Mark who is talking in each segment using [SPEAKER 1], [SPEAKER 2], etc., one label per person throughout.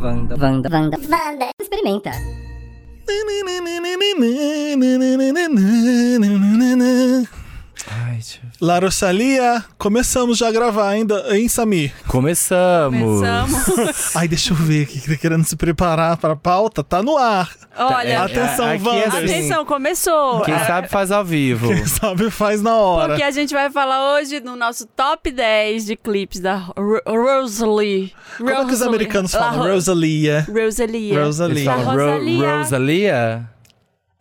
[SPEAKER 1] Wanda, Wanda, Wanda, Wanda. Experimenta.
[SPEAKER 2] Ai, tio.
[SPEAKER 3] Larosalia, começamos já a gravar ainda, hein, Samir?
[SPEAKER 2] Começamos.
[SPEAKER 4] Pensamos.
[SPEAKER 3] Ai, deixa eu ver aqui, que tá querendo se preparar pra pauta, tá no ar.
[SPEAKER 2] É,
[SPEAKER 4] Olha,
[SPEAKER 3] Atenção,
[SPEAKER 2] aqui é
[SPEAKER 3] Wanda.
[SPEAKER 2] assim.
[SPEAKER 4] atenção, começou.
[SPEAKER 2] Quem
[SPEAKER 4] Ah,
[SPEAKER 2] sabe faz ao vivo.
[SPEAKER 3] Quem sabe faz na hora.
[SPEAKER 4] Porque é a gente vai falar hoje no nosso top 10 de clipes da Ro- Rosalie.
[SPEAKER 3] Como é que os
[SPEAKER 4] Rosalie.
[SPEAKER 3] americanos falam?
[SPEAKER 4] La Ro-
[SPEAKER 3] Rosalia.
[SPEAKER 4] Rosalia.
[SPEAKER 2] Eles
[SPEAKER 3] Rosalia.
[SPEAKER 2] falam Ro-
[SPEAKER 4] Rosalia.
[SPEAKER 2] Rosalia?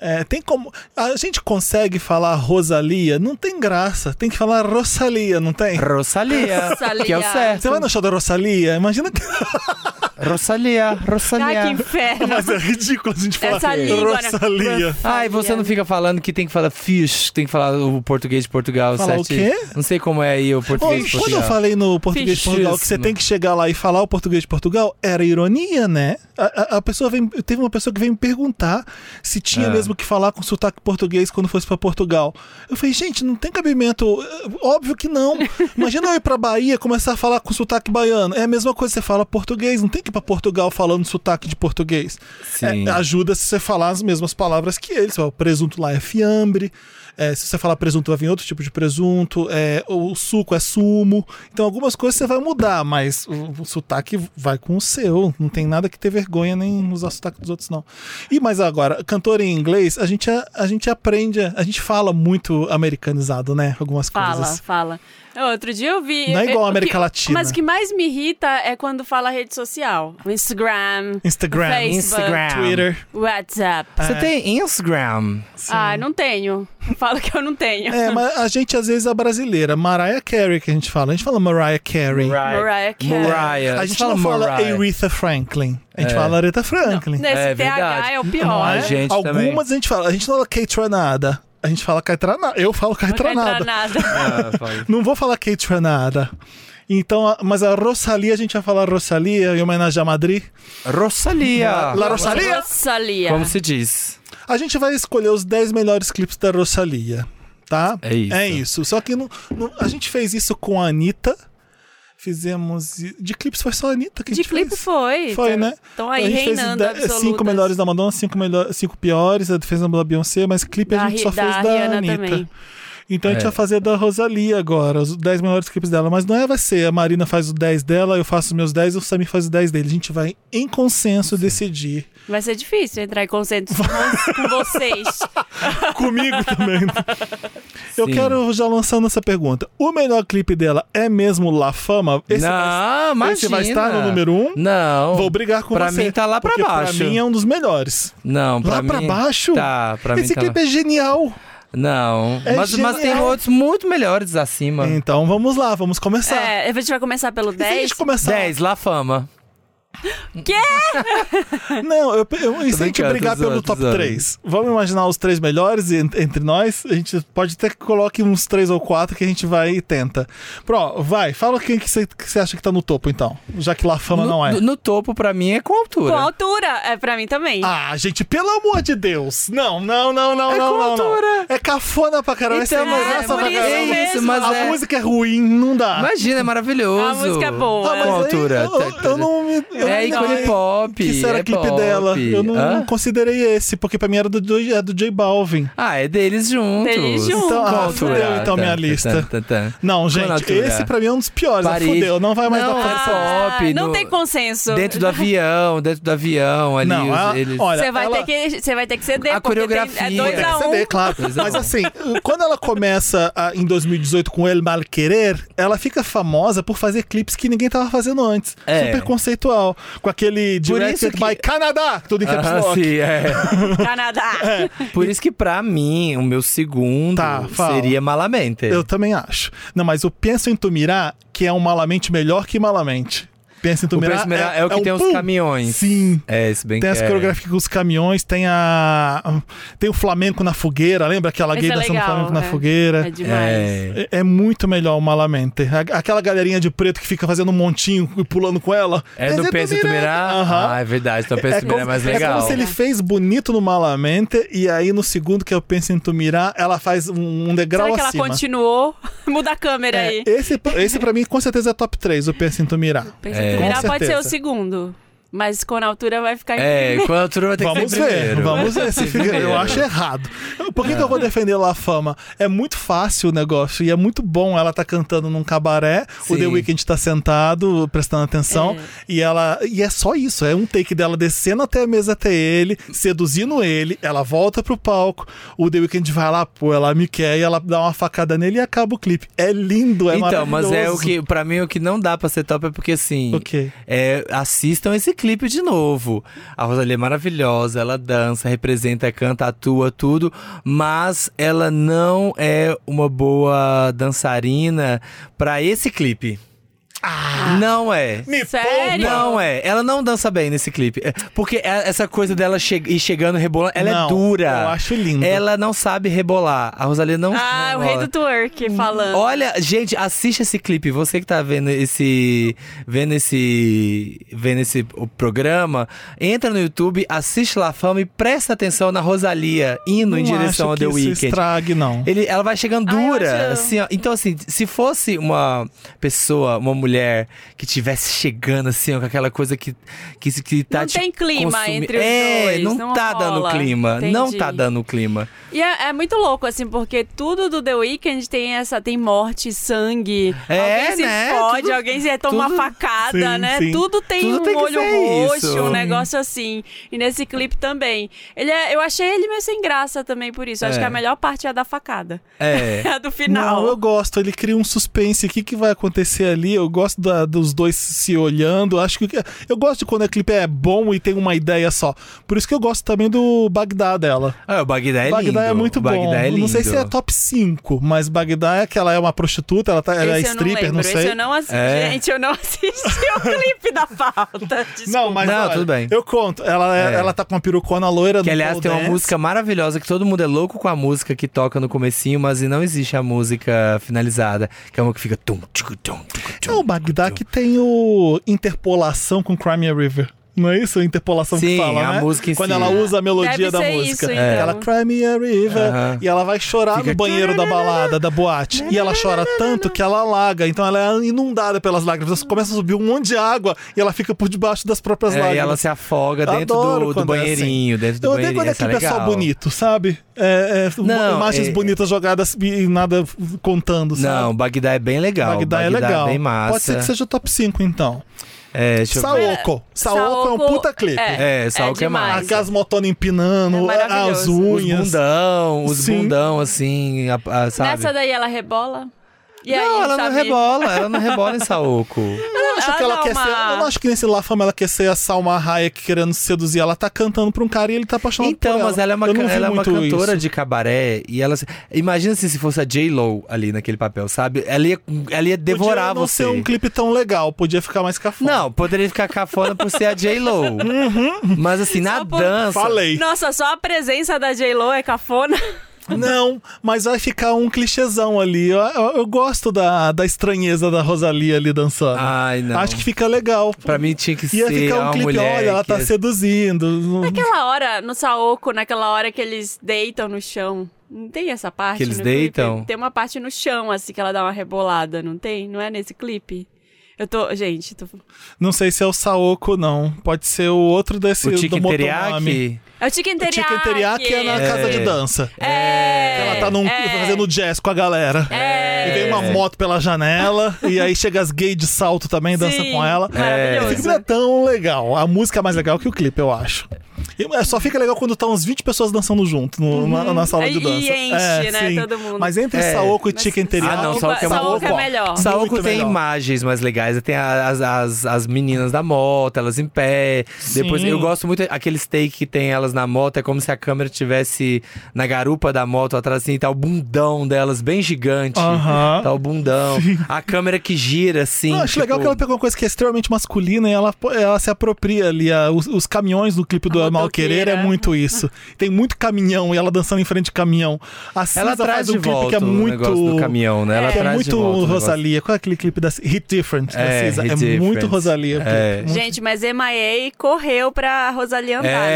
[SPEAKER 3] É, tem como. A gente consegue falar Rosalia? Não tem graça. Tem que falar Rosalia, não tem?
[SPEAKER 2] Rosalia.
[SPEAKER 4] Rosalia.
[SPEAKER 2] Que é o certo.
[SPEAKER 3] Você vai no show da Rosalia? Imagina que
[SPEAKER 2] Rosalia,
[SPEAKER 4] Ai, que
[SPEAKER 2] Rosalia.
[SPEAKER 4] inferno.
[SPEAKER 3] Mas é ridículo a gente falar
[SPEAKER 4] Essa língua, né?
[SPEAKER 3] Rosalia.
[SPEAKER 2] Ai, você
[SPEAKER 4] é.
[SPEAKER 2] não fica falando que tem que falar fish, tem que falar o português de Portugal,
[SPEAKER 3] Falar o
[SPEAKER 2] certinho.
[SPEAKER 3] quê?
[SPEAKER 2] Não sei como é aí o
[SPEAKER 3] Ô,
[SPEAKER 2] português de
[SPEAKER 3] quando
[SPEAKER 2] Portugal.
[SPEAKER 3] eu falei no português de Portugal que você
[SPEAKER 2] Fichíssimo.
[SPEAKER 3] tem que chegar lá e falar o português de Portugal, era ironia, né? A, a- a pessoa vem, teve uma pessoa que veio me perguntar se tinha
[SPEAKER 2] Ah.
[SPEAKER 3] mesmo que falar com sotaque português quando fosse pra Portugal. Eu falei, gente, não tem cabimento. eh, Óbvio que não. Imagina eu ir pra Bahia e começar a falar com sotaque baiano. É a mesma coisa, você fala português, não tem que ir pra Portugal falando sotaque de português.
[SPEAKER 2] Sim.
[SPEAKER 3] É, ajuda se você falar as mesmas palavras que eles. O presunto lá é fiambre. é, se você falar presunto, vai vir outro tipo de presunto. é, o suco é sumo. Então, algumas coisas você vai mudar, mas o, o sotaque vai com o seu. Não tem nada que ter vergonha nem usar o sotaque dos outros, não. E mas agora, cantor em inglês, a gente, a, a gente aprende, a gente fala muito americanizado, né? Algumas
[SPEAKER 4] Fala,
[SPEAKER 3] coisas.
[SPEAKER 4] fala. Outro dia eu vi.
[SPEAKER 3] Não é igual
[SPEAKER 4] eu-
[SPEAKER 3] a América
[SPEAKER 4] o que-
[SPEAKER 3] Latina.
[SPEAKER 4] Mas o que mais me irrita é quando fala rede social: O Instagram,
[SPEAKER 3] Instagram,
[SPEAKER 4] Facebook,
[SPEAKER 2] Instagram.
[SPEAKER 3] Twitter. É.
[SPEAKER 4] WhatsApp.
[SPEAKER 2] Você tem Instagram?
[SPEAKER 4] Ah, não tenho. Eu falo que eu não tenho.
[SPEAKER 3] É, mas a gente às vezes é brasileira. Mariah Carey que a gente fala. A gente fala Mariah Carey.
[SPEAKER 4] Mariah Carey.
[SPEAKER 2] Mariah.
[SPEAKER 3] A gente não fala
[SPEAKER 2] Mariah.
[SPEAKER 3] Aretha Franklin. A gente
[SPEAKER 2] É.
[SPEAKER 3] fala Aretha Franklin.
[SPEAKER 4] Nesse
[SPEAKER 2] É
[SPEAKER 4] TH
[SPEAKER 2] verdade.
[SPEAKER 4] é o pior.
[SPEAKER 2] Não, a
[SPEAKER 4] né?
[SPEAKER 2] gente
[SPEAKER 3] Algumas
[SPEAKER 2] também.
[SPEAKER 3] a gente fala. A gente não fala Caitranada. A gente fala Caitranada. Eu falo
[SPEAKER 4] Não quero entrar
[SPEAKER 3] Caitranada.
[SPEAKER 4] nada.
[SPEAKER 2] Ah, fala.
[SPEAKER 3] Não vou falar Caitranada. Então, a- mas a Rosalia, a gente vai falar Rosalia em homenagem a Madrid.
[SPEAKER 2] Rosalia.
[SPEAKER 3] La Rosalia?
[SPEAKER 4] Rosalia.
[SPEAKER 2] Como se diz?
[SPEAKER 3] A gente vai escolher os 10 melhores clipes da Rosalia, tá?
[SPEAKER 2] É isso.
[SPEAKER 3] É isso. Só que não- não- a gente fez isso com a Anitta. Fizemos. i- De clipes foi só a Anitta que a
[SPEAKER 4] De
[SPEAKER 3] gente fez.
[SPEAKER 4] clipe foi.
[SPEAKER 3] Foi, né?
[SPEAKER 4] Estão aí
[SPEAKER 3] a gente fez
[SPEAKER 4] reinando
[SPEAKER 3] dez-
[SPEAKER 4] absolutas.
[SPEAKER 3] cinco melhores da Madonna, cinco, melhor, cinco piores, a defesa da Beyoncé, mas clipe
[SPEAKER 4] Da
[SPEAKER 3] a gente só
[SPEAKER 4] Ri- da
[SPEAKER 3] fez da
[SPEAKER 4] Rihanna
[SPEAKER 3] Anitta.
[SPEAKER 4] também.
[SPEAKER 3] Então a gente
[SPEAKER 2] É.
[SPEAKER 3] vai fazer da Rosalia agora, os 10 melhores clipes dela. Mas não é vai ser, a Marina faz o 10 dela, eu faço os meus 10 e o Samir faz os 10 dele. A gente vai, em consenso, decidir.
[SPEAKER 4] Vai ser difícil entrar em consenso com com vocês.
[SPEAKER 3] Comigo também. Eu
[SPEAKER 2] Sim.
[SPEAKER 3] quero já lançando essa pergunta. O melhor clipe dela é mesmo La Fama? Esse vai,
[SPEAKER 2] não, mas
[SPEAKER 3] esse vai estar no número Um?
[SPEAKER 2] Não.
[SPEAKER 3] vou brigar com
[SPEAKER 2] pra
[SPEAKER 3] você.
[SPEAKER 2] mim tá lá pra
[SPEAKER 3] porque
[SPEAKER 2] baixo.
[SPEAKER 3] Pra mim é um dos melhores.
[SPEAKER 2] Não, pra
[SPEAKER 3] Lá
[SPEAKER 2] mim.
[SPEAKER 3] pra baixo?
[SPEAKER 2] Tá, pra
[SPEAKER 3] Esse
[SPEAKER 2] mim tá lá.
[SPEAKER 3] clipe é genial.
[SPEAKER 2] Não,
[SPEAKER 3] É
[SPEAKER 2] mas, mas tem
[SPEAKER 3] genial.
[SPEAKER 2] outros muito melhores acima.
[SPEAKER 3] Então vamos lá, vamos começar.
[SPEAKER 4] É, a gente vai começar pelo
[SPEAKER 3] E se a
[SPEAKER 4] 10.
[SPEAKER 3] gente começar.
[SPEAKER 2] 10, La Fama.
[SPEAKER 3] Não, eu, eu, e se a gente
[SPEAKER 2] brincando,
[SPEAKER 3] brigar
[SPEAKER 2] tô zoando,
[SPEAKER 3] pelo
[SPEAKER 2] tô
[SPEAKER 3] top
[SPEAKER 2] zoando.
[SPEAKER 3] 3? Vamos imaginar os três melhores en- entre nós? A gente pode até que coloque uns três ou quatro que a gente vai e tenta. Pro, vai, fala quem que você que você acha que tá no topo então, já que La Fama
[SPEAKER 2] no,
[SPEAKER 3] não é.
[SPEAKER 2] no- no topo, pra mim, é com altura.
[SPEAKER 4] Com altura, é pra mim também.
[SPEAKER 3] Ah, gente, pelo amor de Deus! Não, não, não, não,
[SPEAKER 2] É
[SPEAKER 3] não, não, não.
[SPEAKER 2] cultura.
[SPEAKER 3] É cafona pra caralho,
[SPEAKER 2] Então,
[SPEAKER 3] é sem
[SPEAKER 2] mas
[SPEAKER 4] é
[SPEAKER 3] graça
[SPEAKER 4] por
[SPEAKER 3] pra
[SPEAKER 4] isso
[SPEAKER 3] caralho.
[SPEAKER 4] mesmo.
[SPEAKER 2] é isso, mas
[SPEAKER 3] A
[SPEAKER 2] é.
[SPEAKER 3] música é ruim, não dá.
[SPEAKER 2] Imagina, é maravilhoso.
[SPEAKER 4] A música é boa.
[SPEAKER 3] Ah, mas
[SPEAKER 2] Com
[SPEAKER 3] aí
[SPEAKER 2] altura. tá
[SPEAKER 3] Eu, eu não me. eu
[SPEAKER 2] É
[SPEAKER 3] não me-
[SPEAKER 2] ícone pop.
[SPEAKER 3] Que isso era
[SPEAKER 2] é
[SPEAKER 3] clipe
[SPEAKER 2] pop.
[SPEAKER 3] dela. Eu não,
[SPEAKER 2] Hã?
[SPEAKER 3] não considerei esse, porque pra mim era do, do, é do J Balvin.
[SPEAKER 2] Ah, é deles juntos.
[SPEAKER 4] Deles juntos.
[SPEAKER 3] Então,
[SPEAKER 2] Com
[SPEAKER 3] ah,
[SPEAKER 2] altura.
[SPEAKER 3] fudeu então minha
[SPEAKER 2] Tá,
[SPEAKER 3] lista.
[SPEAKER 2] tá, tá, tá.
[SPEAKER 3] Não, gente,
[SPEAKER 2] altura?
[SPEAKER 3] esse pra mim é um dos piores. Ah,
[SPEAKER 2] Paris.
[SPEAKER 3] Fudeu, não vai mais
[SPEAKER 2] Não,
[SPEAKER 3] dar
[SPEAKER 2] é
[SPEAKER 3] pra
[SPEAKER 4] Ah,
[SPEAKER 2] pop,
[SPEAKER 4] não
[SPEAKER 2] no-
[SPEAKER 4] tem consenso.
[SPEAKER 2] Dentro do avião, dentro do avião ali.
[SPEAKER 3] Não,
[SPEAKER 2] os-
[SPEAKER 3] ela-
[SPEAKER 2] eles...
[SPEAKER 3] olha,
[SPEAKER 4] Você vai,
[SPEAKER 3] ela-
[SPEAKER 4] ter que- você vai ter que ceder.
[SPEAKER 2] A
[SPEAKER 4] porque tem-
[SPEAKER 2] coreografia.
[SPEAKER 4] é 2
[SPEAKER 2] Tem
[SPEAKER 4] a
[SPEAKER 2] que
[SPEAKER 4] 1
[SPEAKER 3] CD, claro.
[SPEAKER 2] Dois a
[SPEAKER 3] Mas
[SPEAKER 2] um.
[SPEAKER 3] assim, quando ela começa a- em 2018 com El Mal Querer, ela fica famosa por fazer clipes que ninguém tava fazendo antes.
[SPEAKER 2] É.
[SPEAKER 3] Super conceitual. Com aquele Directed
[SPEAKER 2] isso que-
[SPEAKER 3] by Canadá, tudo em caps
[SPEAKER 2] Ah,
[SPEAKER 3] lock.
[SPEAKER 2] sim, é.
[SPEAKER 4] Canadá.
[SPEAKER 3] É,
[SPEAKER 2] Por isso que pra mim, o meu segundo
[SPEAKER 3] Tá, fala.
[SPEAKER 2] seria Malamente.
[SPEAKER 3] Eu também acho. Não, mas o Penso em Tumirá, que é um malamente melhor que malamente. Penso em
[SPEAKER 2] O
[SPEAKER 3] Tumirá.
[SPEAKER 2] Penso Mirá é o que tem os
[SPEAKER 3] pum.
[SPEAKER 2] caminhões.
[SPEAKER 3] Sim.
[SPEAKER 2] É, esse bem
[SPEAKER 3] Tem
[SPEAKER 2] que
[SPEAKER 3] as
[SPEAKER 2] é.
[SPEAKER 3] coreografias com os caminhões, tem a. Tem o Flamengo na fogueira, lembra aquela
[SPEAKER 4] Esse
[SPEAKER 3] gay
[SPEAKER 4] é
[SPEAKER 3] dançando
[SPEAKER 4] legal,
[SPEAKER 3] Flamengo na
[SPEAKER 4] é.
[SPEAKER 3] fogueira?
[SPEAKER 4] É demais.
[SPEAKER 2] É.
[SPEAKER 3] É, é muito melhor o Malamente. A- Aquela galerinha de preto que fica fazendo um montinho e pulando com ela.
[SPEAKER 2] É do Penso do Mirá?
[SPEAKER 3] né? Aham.
[SPEAKER 2] Ah, é verdade. Então o Penso do Mirá é mais
[SPEAKER 3] é
[SPEAKER 2] legal.
[SPEAKER 3] como se ele fez bonito no Malamente e aí no segundo que eu penso em Tumirá, ela faz um, um degrau
[SPEAKER 4] Será que ela
[SPEAKER 3] acima.
[SPEAKER 4] continuou? Muda a câmera
[SPEAKER 3] É,
[SPEAKER 4] aí.
[SPEAKER 3] esse, esse pra mim com certeza é top 3, o Pensinto Mirá.
[SPEAKER 4] Pensa
[SPEAKER 2] É.
[SPEAKER 4] que o Mirá
[SPEAKER 3] Com
[SPEAKER 4] pode ser o
[SPEAKER 3] certeza.
[SPEAKER 4] segundo. Mas com a altura vai ficar em
[SPEAKER 2] É,
[SPEAKER 4] primeiro.
[SPEAKER 2] qual a altura vai ter
[SPEAKER 3] Vamos
[SPEAKER 2] que ser
[SPEAKER 3] ver,
[SPEAKER 2] primeiro. É.
[SPEAKER 3] vamos ver se fica. Eu acho errado. Por que, que eu vou defender La Fama? É muito fácil o negócio e é muito bom. Ela tá cantando num cabaré, o
[SPEAKER 2] Sim. É.
[SPEAKER 3] The Weeknd tá sentado, prestando atenção, e ela. E é só isso. É um take dela descendo até a mesa até ele, seduzindo ele, ela volta pro palco, o The Weeknd vai lá, pô, ela me quer e ela dá uma facada nele e acaba o clipe. É lindo, é
[SPEAKER 2] Então, mas é o
[SPEAKER 3] maravilhoso.
[SPEAKER 2] que, pra mim, o que não dá pra ser top é porque assim.
[SPEAKER 3] O quê?
[SPEAKER 2] é, assistam esse clipe de novo. A Rosalie é maravilhosa, ela dança, representa, canta, atua, tudo, mas ela não é uma boa dançarina pra esse clipe. Não é.
[SPEAKER 3] Me
[SPEAKER 4] Ah! Sério?
[SPEAKER 2] Não é, ela não dança bem nesse clipe. É, Porque a- essa coisa dela che ir chegando rebolando, ela
[SPEAKER 3] Não,
[SPEAKER 2] é dura.
[SPEAKER 3] eu acho lindo.
[SPEAKER 2] Ela não sabe rebolar. A Rosalie não
[SPEAKER 4] Ah, o
[SPEAKER 2] rebola.
[SPEAKER 4] rei do twerk
[SPEAKER 2] Uhum.
[SPEAKER 4] falando.
[SPEAKER 2] Olha, gente, assiste esse clipe. Você que tá vendo esse. Vendo esse. Vendo esse o programa, entra no YouTube, assiste La Fama e presta atenção na Rosalia indo em
[SPEAKER 3] Não
[SPEAKER 2] direção
[SPEAKER 3] acho
[SPEAKER 2] ao
[SPEAKER 3] que
[SPEAKER 2] The
[SPEAKER 3] isso
[SPEAKER 2] Weeknd.
[SPEAKER 3] estrague, não.
[SPEAKER 2] Ele, ela vai chegando
[SPEAKER 4] Ai, Ah, eu
[SPEAKER 2] dura,
[SPEAKER 4] acho-
[SPEAKER 2] assim, ó. Então, assim, se fosse uma pessoa, uma mulher que tivesse chegando, assim, ó, com aquela coisa que, que, que tá
[SPEAKER 4] Não
[SPEAKER 2] te
[SPEAKER 4] tem clima
[SPEAKER 2] consumi-
[SPEAKER 4] entre os
[SPEAKER 2] é,
[SPEAKER 4] dois,
[SPEAKER 2] não,
[SPEAKER 4] não
[SPEAKER 2] tá
[SPEAKER 4] rola.
[SPEAKER 2] dando clima. Não
[SPEAKER 4] Entendi.
[SPEAKER 2] tá dando clima.
[SPEAKER 4] E é, é muito louco, assim, porque tudo do The Weeknd tem essa, tem morte, sangue.
[SPEAKER 2] É,
[SPEAKER 4] alguém se
[SPEAKER 2] né?
[SPEAKER 4] fode,
[SPEAKER 2] Tudo-
[SPEAKER 4] alguém se toma
[SPEAKER 2] tudo-
[SPEAKER 4] facada,
[SPEAKER 3] Sim,
[SPEAKER 4] né?
[SPEAKER 3] sim.
[SPEAKER 4] Tudo tem
[SPEAKER 2] Tudo
[SPEAKER 4] um
[SPEAKER 2] tem que
[SPEAKER 4] olho
[SPEAKER 2] ser
[SPEAKER 4] roxo,
[SPEAKER 2] isso.
[SPEAKER 4] um negócio assim. E nesse clipe também. Ele é- eu achei ele meio sem graça também por isso. Acho
[SPEAKER 2] É.
[SPEAKER 4] que a melhor parte é a da facada.
[SPEAKER 2] É.
[SPEAKER 4] É a do
[SPEAKER 3] Não, eu
[SPEAKER 4] final.
[SPEAKER 3] gosto. Ele cria um suspense. O que, que vai acontecer ali? Eu gosto da- dos dois se olhando. Acho que eu gosto de quando o clipe é bom e tem uma ideia só. Por isso que eu gosto também do Bagdá dela.
[SPEAKER 2] Ah, o Bagdá é lindo.
[SPEAKER 3] Bagdá é muito
[SPEAKER 2] o Bagdá
[SPEAKER 3] bom.
[SPEAKER 2] É lindo.
[SPEAKER 3] Não sei se é top 5, mas Bagdá é que ela é uma prostituta, ela, tá, ela é
[SPEAKER 4] Esse eu não
[SPEAKER 3] stripper,
[SPEAKER 4] lembro,
[SPEAKER 3] não, sei.
[SPEAKER 4] Esse eu não assisti.
[SPEAKER 2] É.
[SPEAKER 4] Gente, eu não assisti o clipe da falta. Desculpa.
[SPEAKER 3] Não, mas
[SPEAKER 2] Não,
[SPEAKER 3] olha,
[SPEAKER 2] tudo bem.
[SPEAKER 3] eu conto. Ela, é-
[SPEAKER 2] É.
[SPEAKER 3] ela tá com uma perucona loira
[SPEAKER 2] Que
[SPEAKER 3] no
[SPEAKER 2] aliás
[SPEAKER 3] pole
[SPEAKER 2] tem uma
[SPEAKER 3] dance.
[SPEAKER 2] música maravilhosa que todo mundo é louco com a música que toca no comecinho, mas e não existe a música finalizada, que é uma que fica tum tchucu, tum tchucu, tum.
[SPEAKER 3] É o Bagdá que tem o interpolação com Crimea River. Não é isso? A interpolação que
[SPEAKER 2] Sim,
[SPEAKER 3] fala,
[SPEAKER 2] a
[SPEAKER 3] né?
[SPEAKER 2] música em
[SPEAKER 3] Quando
[SPEAKER 2] si.
[SPEAKER 3] ela usa a melodia
[SPEAKER 4] Deve
[SPEAKER 3] da
[SPEAKER 4] ser
[SPEAKER 3] música.
[SPEAKER 4] isso, então.
[SPEAKER 3] Ela Crimea River
[SPEAKER 2] Aham.
[SPEAKER 3] e ela vai chorar
[SPEAKER 2] Fica-
[SPEAKER 3] no banheiro da balada, da boate. E ela chora tanto que ela alaga, então ela é inundada pelas lágrimas. Começa a subir um monte de água e ela fica por debaixo das próprias
[SPEAKER 2] É, e
[SPEAKER 3] lágrimas.
[SPEAKER 2] ela se afoga dentro
[SPEAKER 3] Adoro
[SPEAKER 2] do, do
[SPEAKER 3] quando é assim.
[SPEAKER 2] banheirinho, dentro do
[SPEAKER 3] Eu odeio
[SPEAKER 2] banheirinho.
[SPEAKER 3] quando é
[SPEAKER 2] essa
[SPEAKER 3] clipe é só
[SPEAKER 2] legal.
[SPEAKER 3] bonito, sabe? É, é,
[SPEAKER 2] Não,
[SPEAKER 3] imagens
[SPEAKER 2] é-
[SPEAKER 3] bonitas jogadas e nada contando, sabe?
[SPEAKER 2] Não, Bagdá é bem legal.
[SPEAKER 3] Bagdá, é legal.
[SPEAKER 2] bem massa.
[SPEAKER 3] Pode ser que seja top 5, então.
[SPEAKER 2] É, deixa eu ver.
[SPEAKER 3] Saoko. Saoko é um
[SPEAKER 4] Saoko
[SPEAKER 3] puta clipe.
[SPEAKER 4] é-
[SPEAKER 2] É, só o que é
[SPEAKER 4] demais.
[SPEAKER 2] massa.
[SPEAKER 3] A Casmotona empinando,
[SPEAKER 4] É
[SPEAKER 3] as
[SPEAKER 4] maravilhoso.
[SPEAKER 2] Os
[SPEAKER 3] unhas.
[SPEAKER 2] bundão, os
[SPEAKER 3] Sim.
[SPEAKER 2] bundão, assim, a, a- sabe?
[SPEAKER 4] Nessa daí ela rebola. E
[SPEAKER 2] não,
[SPEAKER 4] aí,
[SPEAKER 2] ela
[SPEAKER 4] sabe?
[SPEAKER 2] não rebola, ela não rebola em Saoko.
[SPEAKER 3] Eu não
[SPEAKER 2] Ah,
[SPEAKER 3] acho que ela
[SPEAKER 4] dá
[SPEAKER 3] quer
[SPEAKER 4] uma-
[SPEAKER 3] ser. Eu não acho que nesse La Fama ela quer ser a Salma Hayek querendo seduzir. Ela tá cantando pra um cara e ele tá apaixonado
[SPEAKER 2] Então,
[SPEAKER 3] por ela.
[SPEAKER 2] mas ela é uma,
[SPEAKER 3] Eu não
[SPEAKER 2] ca-
[SPEAKER 3] vi
[SPEAKER 2] ela é uma
[SPEAKER 3] muito
[SPEAKER 2] cantora
[SPEAKER 3] isso.
[SPEAKER 2] de cabaré e ela. se- Imagina se, se fosse a J-Lo ali naquele papel, sabe? Ela ia, ela ia devorar
[SPEAKER 3] Podia não
[SPEAKER 2] você.
[SPEAKER 3] ser um clipe tão legal, podia ficar mais cafona.
[SPEAKER 2] Não, poderia ficar cafona por ser a J-Lo. Mas assim, na
[SPEAKER 4] Só por-
[SPEAKER 2] dança.
[SPEAKER 3] Uhum. Falei.
[SPEAKER 4] Nossa, só a presença da J-Lo é cafona.
[SPEAKER 3] Não, mas vai ficar um clichêzão ali. Eu, eu- eu gosto da, da estranheza da Rosalia ali dançando.
[SPEAKER 2] Ai, não.
[SPEAKER 3] Acho que fica legal.
[SPEAKER 2] Pra mim tinha que
[SPEAKER 3] Ia
[SPEAKER 2] ser
[SPEAKER 3] ficar um
[SPEAKER 2] uma
[SPEAKER 3] clipe,
[SPEAKER 2] mulher.
[SPEAKER 3] olha, ela
[SPEAKER 2] que é
[SPEAKER 3] tá
[SPEAKER 2] ia-
[SPEAKER 3] seduzindo.
[SPEAKER 4] Naquela hora, no Saoko, naquela hora que eles deitam no chão. Não tem essa parte?
[SPEAKER 2] Que eles
[SPEAKER 4] no clipe?
[SPEAKER 2] deitam?
[SPEAKER 4] Tem uma parte no chão, assim, que ela dá uma rebolada, não tem? Não é nesse clipe? Eu tô. Gente, tô.
[SPEAKER 3] Não sei se é o Saoko, não. Pode ser o outro desse
[SPEAKER 2] O
[SPEAKER 3] do
[SPEAKER 2] Chicken
[SPEAKER 3] Motomami.
[SPEAKER 2] Teriyaki.
[SPEAKER 4] É o Chicken
[SPEAKER 3] O Chicken Teriyaki é na casa de dança.
[SPEAKER 4] É.
[SPEAKER 3] Ela tá num,
[SPEAKER 4] é.
[SPEAKER 3] fazendo jazz com a galera.
[SPEAKER 4] É.
[SPEAKER 3] E vem uma moto pela janela. e aí chega as gays de salto também, dança
[SPEAKER 4] Sim,
[SPEAKER 3] com ela. Esse
[SPEAKER 4] Maravilhoso.
[SPEAKER 3] clipe é tão legal. A música é mais legal que o clipe, eu acho. E é, só fica legal quando tá uns 20 pessoas dançando junto no- na, na sala
[SPEAKER 4] E-
[SPEAKER 3] de dança.
[SPEAKER 4] e Uhum. enche,
[SPEAKER 3] É,
[SPEAKER 4] né,
[SPEAKER 3] sim.
[SPEAKER 4] todo mundo.
[SPEAKER 3] Mas entre
[SPEAKER 2] É.
[SPEAKER 3] Saoko e Chicken Teriyaki...
[SPEAKER 2] Ah, não,
[SPEAKER 4] Saoko
[SPEAKER 2] Saoko é uma
[SPEAKER 4] Saoko é
[SPEAKER 3] boa.
[SPEAKER 4] melhor.
[SPEAKER 2] Saoko tem
[SPEAKER 3] melhor.
[SPEAKER 2] imagens mais legais. né? Tem a- as, as, as meninas da moto, elas em pé. Depois,
[SPEAKER 3] Sim.
[SPEAKER 2] eu gosto muito aqueles take que tem elas na moto. É como se a câmera tivesse na garupa da moto atrás, assim, tá o bundão delas, bem gigante.
[SPEAKER 3] Aham.
[SPEAKER 2] Tá o bundão. A câmera que gira, assim.
[SPEAKER 3] Não, acho legal
[SPEAKER 2] tipo,
[SPEAKER 3] que ela pegou uma coisa que é extremamente masculina e ela, ela se apropria ali. a- os, os caminhões do clipe do
[SPEAKER 4] A
[SPEAKER 3] Mal querer é
[SPEAKER 4] Queira.
[SPEAKER 3] muito isso. Tem muito caminhão e ela dançando em frente de caminhão. A Cisa
[SPEAKER 2] Ela
[SPEAKER 3] faz
[SPEAKER 2] traz
[SPEAKER 3] um
[SPEAKER 2] de
[SPEAKER 3] clipe que
[SPEAKER 2] volta
[SPEAKER 3] é
[SPEAKER 2] o negócio do
[SPEAKER 3] muito.
[SPEAKER 2] caminhão, né? Ela
[SPEAKER 3] que é
[SPEAKER 2] traz de
[SPEAKER 3] muito
[SPEAKER 2] volta o negócio.
[SPEAKER 3] Rosalia. Qual é aquele clipe da Hit Different da
[SPEAKER 2] É,
[SPEAKER 3] Cisa?
[SPEAKER 2] Hit
[SPEAKER 3] é
[SPEAKER 2] Different.
[SPEAKER 3] muito Rosalia. o clipe.
[SPEAKER 2] É.
[SPEAKER 3] Muito.
[SPEAKER 4] Gente, mas MIA correu pra Rosalie andar, né?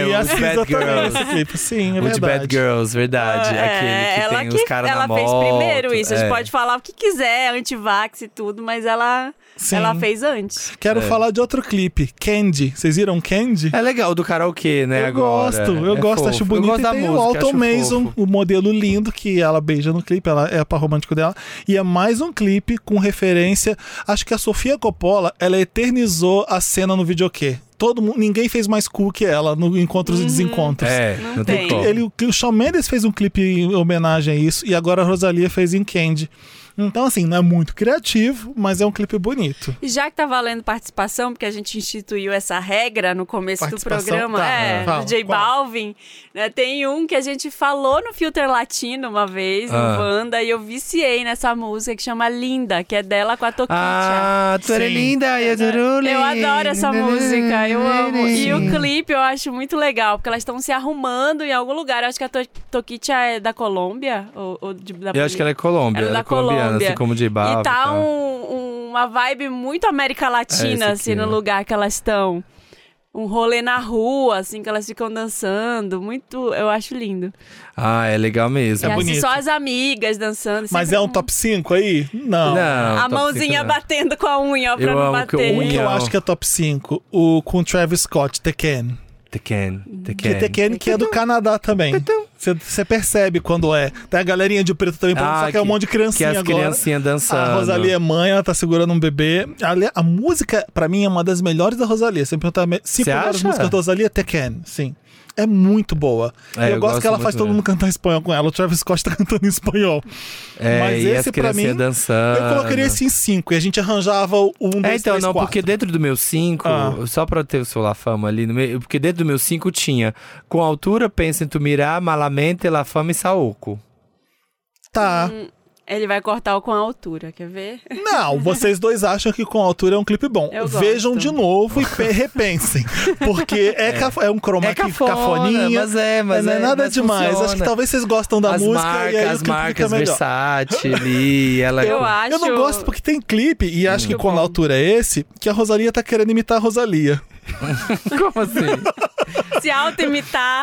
[SPEAKER 2] É,
[SPEAKER 3] e a
[SPEAKER 2] os
[SPEAKER 3] Cisa
[SPEAKER 2] Bad
[SPEAKER 3] também
[SPEAKER 2] Girls.
[SPEAKER 3] nesse clipe. Sim, é
[SPEAKER 2] Good
[SPEAKER 3] verdade.
[SPEAKER 2] Bad Girls, verdade.
[SPEAKER 4] É,
[SPEAKER 2] Aquele que
[SPEAKER 4] ela
[SPEAKER 2] tem
[SPEAKER 4] que-
[SPEAKER 2] os caras na
[SPEAKER 4] Ela
[SPEAKER 2] moto.
[SPEAKER 4] fez primeiro isso. A gente
[SPEAKER 2] é.
[SPEAKER 4] pode falar o que quiser, antivax e tudo, mas ela,
[SPEAKER 3] Sim.
[SPEAKER 4] ela fez antes.
[SPEAKER 3] Quero
[SPEAKER 2] É.
[SPEAKER 3] falar de outro clipe, Candy. Vocês viram Candy?
[SPEAKER 2] É legal do karaokê, né?
[SPEAKER 3] eu
[SPEAKER 2] agora.
[SPEAKER 3] gosto, eu
[SPEAKER 2] É
[SPEAKER 3] gosto,
[SPEAKER 2] fofo.
[SPEAKER 3] acho bonito.
[SPEAKER 2] Eu gosto
[SPEAKER 3] e
[SPEAKER 2] da
[SPEAKER 3] tem o
[SPEAKER 2] música,
[SPEAKER 3] Alton
[SPEAKER 2] acho
[SPEAKER 3] Mason,
[SPEAKER 2] fofo.
[SPEAKER 3] o um modelo lindo que ela beija no clipe, ela é para romântico dela. E é mais um clipe com referência. Acho que a Sofia Coppola, ela eternizou a cena no videokê. Todo mundo, ninguém fez mais cool que ela no Encontros e Desencontros.
[SPEAKER 2] É,
[SPEAKER 4] Não
[SPEAKER 2] não,
[SPEAKER 4] tem.
[SPEAKER 2] tem como.
[SPEAKER 3] Ele, o o Shawn Mendes fez um clipe em homenagem a isso e agora a Rosalia fez em Candy. Então, assim, não é muito criativo, mas é um clipe bonito.
[SPEAKER 4] E já que tá valendo participação, porque a gente instituiu essa regra no começo do
[SPEAKER 3] Participação?
[SPEAKER 4] programa,
[SPEAKER 3] Tá,
[SPEAKER 4] é,
[SPEAKER 3] fala,
[SPEAKER 4] do J
[SPEAKER 3] qual?
[SPEAKER 4] Balvin, né, tem um que a gente falou no Filter Latino uma vez,
[SPEAKER 2] Ah.
[SPEAKER 4] no Wanda, e eu viciei nessa música que chama Linda, que é dela com a Toquicha.
[SPEAKER 2] Ah, tu era
[SPEAKER 3] Sim.
[SPEAKER 2] linda e adorou
[SPEAKER 4] Eu adoro essa música, eu amo. E o clipe eu acho muito legal, porque elas estão se arrumando em algum lugar. Eu acho que a To- Toquicha é da Colômbia, ou, ou de- da
[SPEAKER 2] Eu acho que ela é Colômbia,
[SPEAKER 4] Ela é
[SPEAKER 2] ela
[SPEAKER 4] da
[SPEAKER 2] é colombiana,
[SPEAKER 4] Colômbia.
[SPEAKER 2] assim como J Balvin.
[SPEAKER 4] E tá
[SPEAKER 2] tal.
[SPEAKER 4] um- um- uma vibe muito América
[SPEAKER 2] É,
[SPEAKER 4] Latina,
[SPEAKER 2] esse aqui,
[SPEAKER 4] assim, no
[SPEAKER 2] né?
[SPEAKER 4] lugar que elas estão. Um rolê na rua, assim, que elas ficam dançando. Muito, eu acho lindo.
[SPEAKER 2] Ah, é legal mesmo.
[SPEAKER 4] e assim,
[SPEAKER 3] bonito.
[SPEAKER 4] só as amigas dançando.
[SPEAKER 3] Mas
[SPEAKER 4] sempre
[SPEAKER 3] é um
[SPEAKER 4] com
[SPEAKER 3] top 5 aí? Não.
[SPEAKER 2] Não, tá
[SPEAKER 4] A
[SPEAKER 2] top cinco
[SPEAKER 4] mãozinha
[SPEAKER 2] não.
[SPEAKER 4] batendo com a unha, ó, pra
[SPEAKER 2] Eu
[SPEAKER 4] não
[SPEAKER 2] amo que o
[SPEAKER 4] bater.
[SPEAKER 3] Um que eu
[SPEAKER 2] Não.
[SPEAKER 3] acho que é top 5, o com Travis Scott, Tekken.
[SPEAKER 2] The Can, The
[SPEAKER 3] Que
[SPEAKER 2] Can.
[SPEAKER 3] Tekken que é do Canadá também.
[SPEAKER 2] Então,
[SPEAKER 3] Você percebe quando é. Tem a galerinha de preto também,
[SPEAKER 2] Ah,
[SPEAKER 3] só que é um
[SPEAKER 2] que-
[SPEAKER 3] monte de
[SPEAKER 2] Que
[SPEAKER 3] criancinha
[SPEAKER 2] as
[SPEAKER 3] agora.
[SPEAKER 2] criancinhas dançando.
[SPEAKER 3] A Rosalia é mãe, ela tá segurando um bebê. Ali- A, música, pra mim, é uma das melhores da Rosalia. Sempre perguntar me- cinco
[SPEAKER 2] Cê
[SPEAKER 3] melhores
[SPEAKER 2] acha?
[SPEAKER 3] músicas da Rosalia, Tekken, sim. É muito boa.
[SPEAKER 2] É, eu
[SPEAKER 3] eu, gosto que
[SPEAKER 2] gosto
[SPEAKER 3] ela
[SPEAKER 2] muito
[SPEAKER 3] faz todo
[SPEAKER 2] mesmo.
[SPEAKER 3] mundo cantar em espanhol com ela. O Travis Scott tá cantando em espanhol.
[SPEAKER 2] É,
[SPEAKER 3] Mas
[SPEAKER 2] e
[SPEAKER 3] esse,
[SPEAKER 2] as
[SPEAKER 3] pra
[SPEAKER 2] criancinhas
[SPEAKER 3] mim,
[SPEAKER 2] dançando.
[SPEAKER 3] Eu colocaria esse em cinco e a gente arranjava o um, dois,
[SPEAKER 2] Ah. É, então,
[SPEAKER 3] três,
[SPEAKER 2] não,
[SPEAKER 3] quatro.
[SPEAKER 2] porque dentro do meu 5,
[SPEAKER 3] Ah.
[SPEAKER 2] só pra ter o seu La Fama ali no meio, porque dentro do meu 5 tinha Com Altura, Pensa em Tumirá, Malamente, La Fama e Saoko.
[SPEAKER 3] Tá.
[SPEAKER 4] Ele vai cortar o com a altura, quer ver?
[SPEAKER 3] Não, vocês dois acham que com a altura é um clipe bom.
[SPEAKER 4] Eu gosto.
[SPEAKER 3] Vejam de novo e pe- repensem. Porque é, cafo- é um chroma
[SPEAKER 2] É
[SPEAKER 3] key
[SPEAKER 2] cafona,
[SPEAKER 3] cafoninha.
[SPEAKER 2] mas é, mas
[SPEAKER 3] não é,
[SPEAKER 2] é,
[SPEAKER 3] nada
[SPEAKER 2] mas
[SPEAKER 3] demais. Acho que
[SPEAKER 2] funciona.
[SPEAKER 3] talvez vocês gostam da
[SPEAKER 2] as
[SPEAKER 3] música e aí o
[SPEAKER 2] marcas, as
[SPEAKER 3] clipe fica
[SPEAKER 2] marcas
[SPEAKER 3] melhor.
[SPEAKER 2] versátil e ela é
[SPEAKER 4] Eu acho.
[SPEAKER 3] Eu não gosto porque tem clipe, e acho que com a altura é esse, que a Rosalia tá querendo imitar a Rosalia.
[SPEAKER 2] Como assim?
[SPEAKER 4] Se auto-imitar.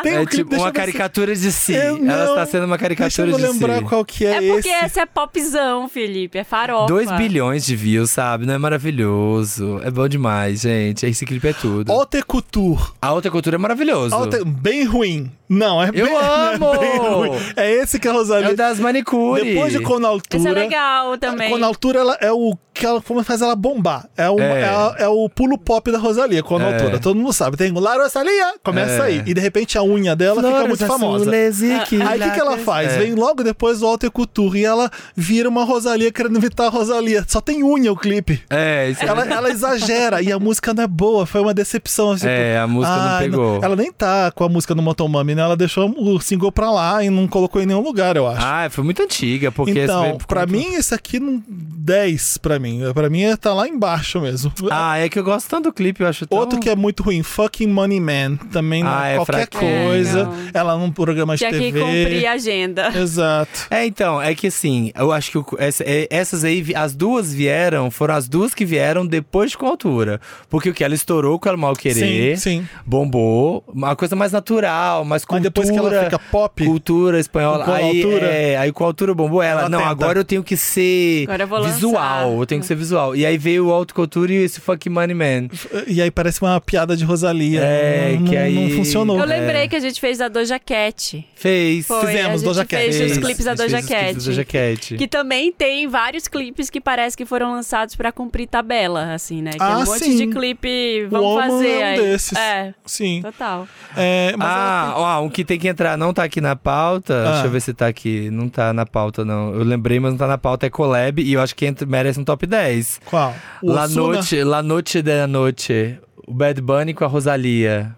[SPEAKER 3] Tem um
[SPEAKER 2] é
[SPEAKER 3] clipe,
[SPEAKER 2] tipo
[SPEAKER 3] deixa
[SPEAKER 2] uma
[SPEAKER 3] eu ver se-
[SPEAKER 2] caricatura de si.
[SPEAKER 3] Eu
[SPEAKER 2] Ela
[SPEAKER 3] não-
[SPEAKER 2] está sendo uma
[SPEAKER 3] Deixa
[SPEAKER 2] caricatura
[SPEAKER 3] eu
[SPEAKER 2] de si.
[SPEAKER 3] lembrar qual que é,
[SPEAKER 4] É porque
[SPEAKER 3] esse.
[SPEAKER 4] essa é popzão, Felipe. É farofa.
[SPEAKER 2] 2 bilhões de views, sabe? Não é maravilhoso? É bom demais, gente. Esse clipe é tudo.
[SPEAKER 3] Haute Couture.
[SPEAKER 2] A outra cultura é maravilhoso.
[SPEAKER 3] Haute- Bem ruim. Não, é
[SPEAKER 2] Eu
[SPEAKER 3] bem,
[SPEAKER 2] amo!
[SPEAKER 3] É, bem ruim. é esse que a
[SPEAKER 2] É
[SPEAKER 3] Rosalia...
[SPEAKER 2] o das manicures.
[SPEAKER 3] Depois de com a
[SPEAKER 4] Esse é
[SPEAKER 3] altura...
[SPEAKER 4] legal também.
[SPEAKER 3] Quando a altura ela é o que ela como faz ela bombar. É, uma, é.
[SPEAKER 2] É.
[SPEAKER 3] a- é o pulo pop da Rosalia, quando a
[SPEAKER 2] É.
[SPEAKER 3] altura. Todo mundo sabe. Tem La Rosalia, começa
[SPEAKER 2] É.
[SPEAKER 3] aí. E de repente a unha dela fica muito famosa. Ah, Aí o que, que ela faz?
[SPEAKER 2] É.
[SPEAKER 3] Vem um- logo depois o Alter Couture e ela vira uma Rosalia querendo imitar a Rosalia. Só tem unha o clipe.
[SPEAKER 2] É, isso é
[SPEAKER 3] Ela, ela exagera e a música não é boa, foi uma decepção. tipo,
[SPEAKER 2] É, a música não
[SPEAKER 3] "Ah,
[SPEAKER 2] pegou."
[SPEAKER 3] ela nem tá com a música no Motomami, né? Ela deixou o single pra lá e não colocou em nenhum lugar, eu acho.
[SPEAKER 2] Ah, foi muito antiga, porque...
[SPEAKER 3] Então,
[SPEAKER 2] esse-
[SPEAKER 3] pra mim, esse aqui, não 10 pra mim. Pra mim, é- tá lá embaixo mesmo.
[SPEAKER 2] Ah, é que eu gosto tanto do clipe, eu acho tão...
[SPEAKER 3] Outro que é muito ruim, Fucking Money Man. Também não
[SPEAKER 2] Ah, é
[SPEAKER 3] qualquer
[SPEAKER 2] fraquinho.
[SPEAKER 3] coisa.
[SPEAKER 4] É, não.
[SPEAKER 3] Ela num programa de
[SPEAKER 4] Tinha que
[SPEAKER 3] TV.
[SPEAKER 4] cumprir a agenda.
[SPEAKER 3] Exato.
[SPEAKER 2] É, então, é que assim, eu acho que o- essa- é- essas aí, vi- as duas vieram, foram as duas que vieram depois de com altura. Porque o que ela estourou com ela mal querer,
[SPEAKER 3] Sim, sim.
[SPEAKER 2] bombou, uma coisa mais natural, mais
[SPEAKER 3] Mas
[SPEAKER 2] cultura.
[SPEAKER 3] depois que ela fica pop,
[SPEAKER 2] Cultura espanhola.
[SPEAKER 3] Com a
[SPEAKER 2] aí,
[SPEAKER 3] altura?
[SPEAKER 2] é, aí com a altura bombou ela.
[SPEAKER 3] Ela
[SPEAKER 2] não,
[SPEAKER 3] tenta.
[SPEAKER 2] agora eu tenho que ser
[SPEAKER 4] Agora eu vou
[SPEAKER 2] visual.
[SPEAKER 4] lançar.
[SPEAKER 2] Eu tenho que ser visual. E aí veio o Alto Couture e esse Fuck Money Man.
[SPEAKER 3] e aí parece uma piada de Rosalia.
[SPEAKER 2] É,
[SPEAKER 3] não,
[SPEAKER 2] que
[SPEAKER 3] não- não
[SPEAKER 2] aí-
[SPEAKER 3] funcionou.
[SPEAKER 4] Eu
[SPEAKER 2] É.
[SPEAKER 4] lembrei que a gente fez da Doja Cat.
[SPEAKER 2] Fez.
[SPEAKER 4] Foi,
[SPEAKER 3] Fizemos,
[SPEAKER 4] a gente
[SPEAKER 3] Doja Cat.
[SPEAKER 4] fez
[SPEAKER 2] Fez.
[SPEAKER 4] os clipes da
[SPEAKER 2] A gente
[SPEAKER 4] Doja
[SPEAKER 2] fez os clipes da Doja
[SPEAKER 4] Cat.
[SPEAKER 2] Cat.
[SPEAKER 4] Que também tem vários clipes que parece que foram lançados pra cumprir tabela, assim, né? Que é
[SPEAKER 3] Ah,
[SPEAKER 4] um monte
[SPEAKER 3] sim.
[SPEAKER 4] de clipe vão
[SPEAKER 3] Woman
[SPEAKER 4] fazer
[SPEAKER 3] é um
[SPEAKER 4] aí.
[SPEAKER 3] desses.
[SPEAKER 4] É,
[SPEAKER 3] Sim.
[SPEAKER 4] total.
[SPEAKER 3] É, mas
[SPEAKER 2] ah, ó, um que tem que entrar não tá aqui na pauta.
[SPEAKER 3] Ah.
[SPEAKER 2] Deixa eu ver se tá aqui. Não tá na pauta, não. Eu lembrei, mas não tá na pauta. É collab e eu acho que entra- merece um top 10.
[SPEAKER 3] ela- Qual? O
[SPEAKER 2] La
[SPEAKER 3] Ozuna?
[SPEAKER 2] Noite, La Noite da Noite. O Bad Bunny com a Rosalia.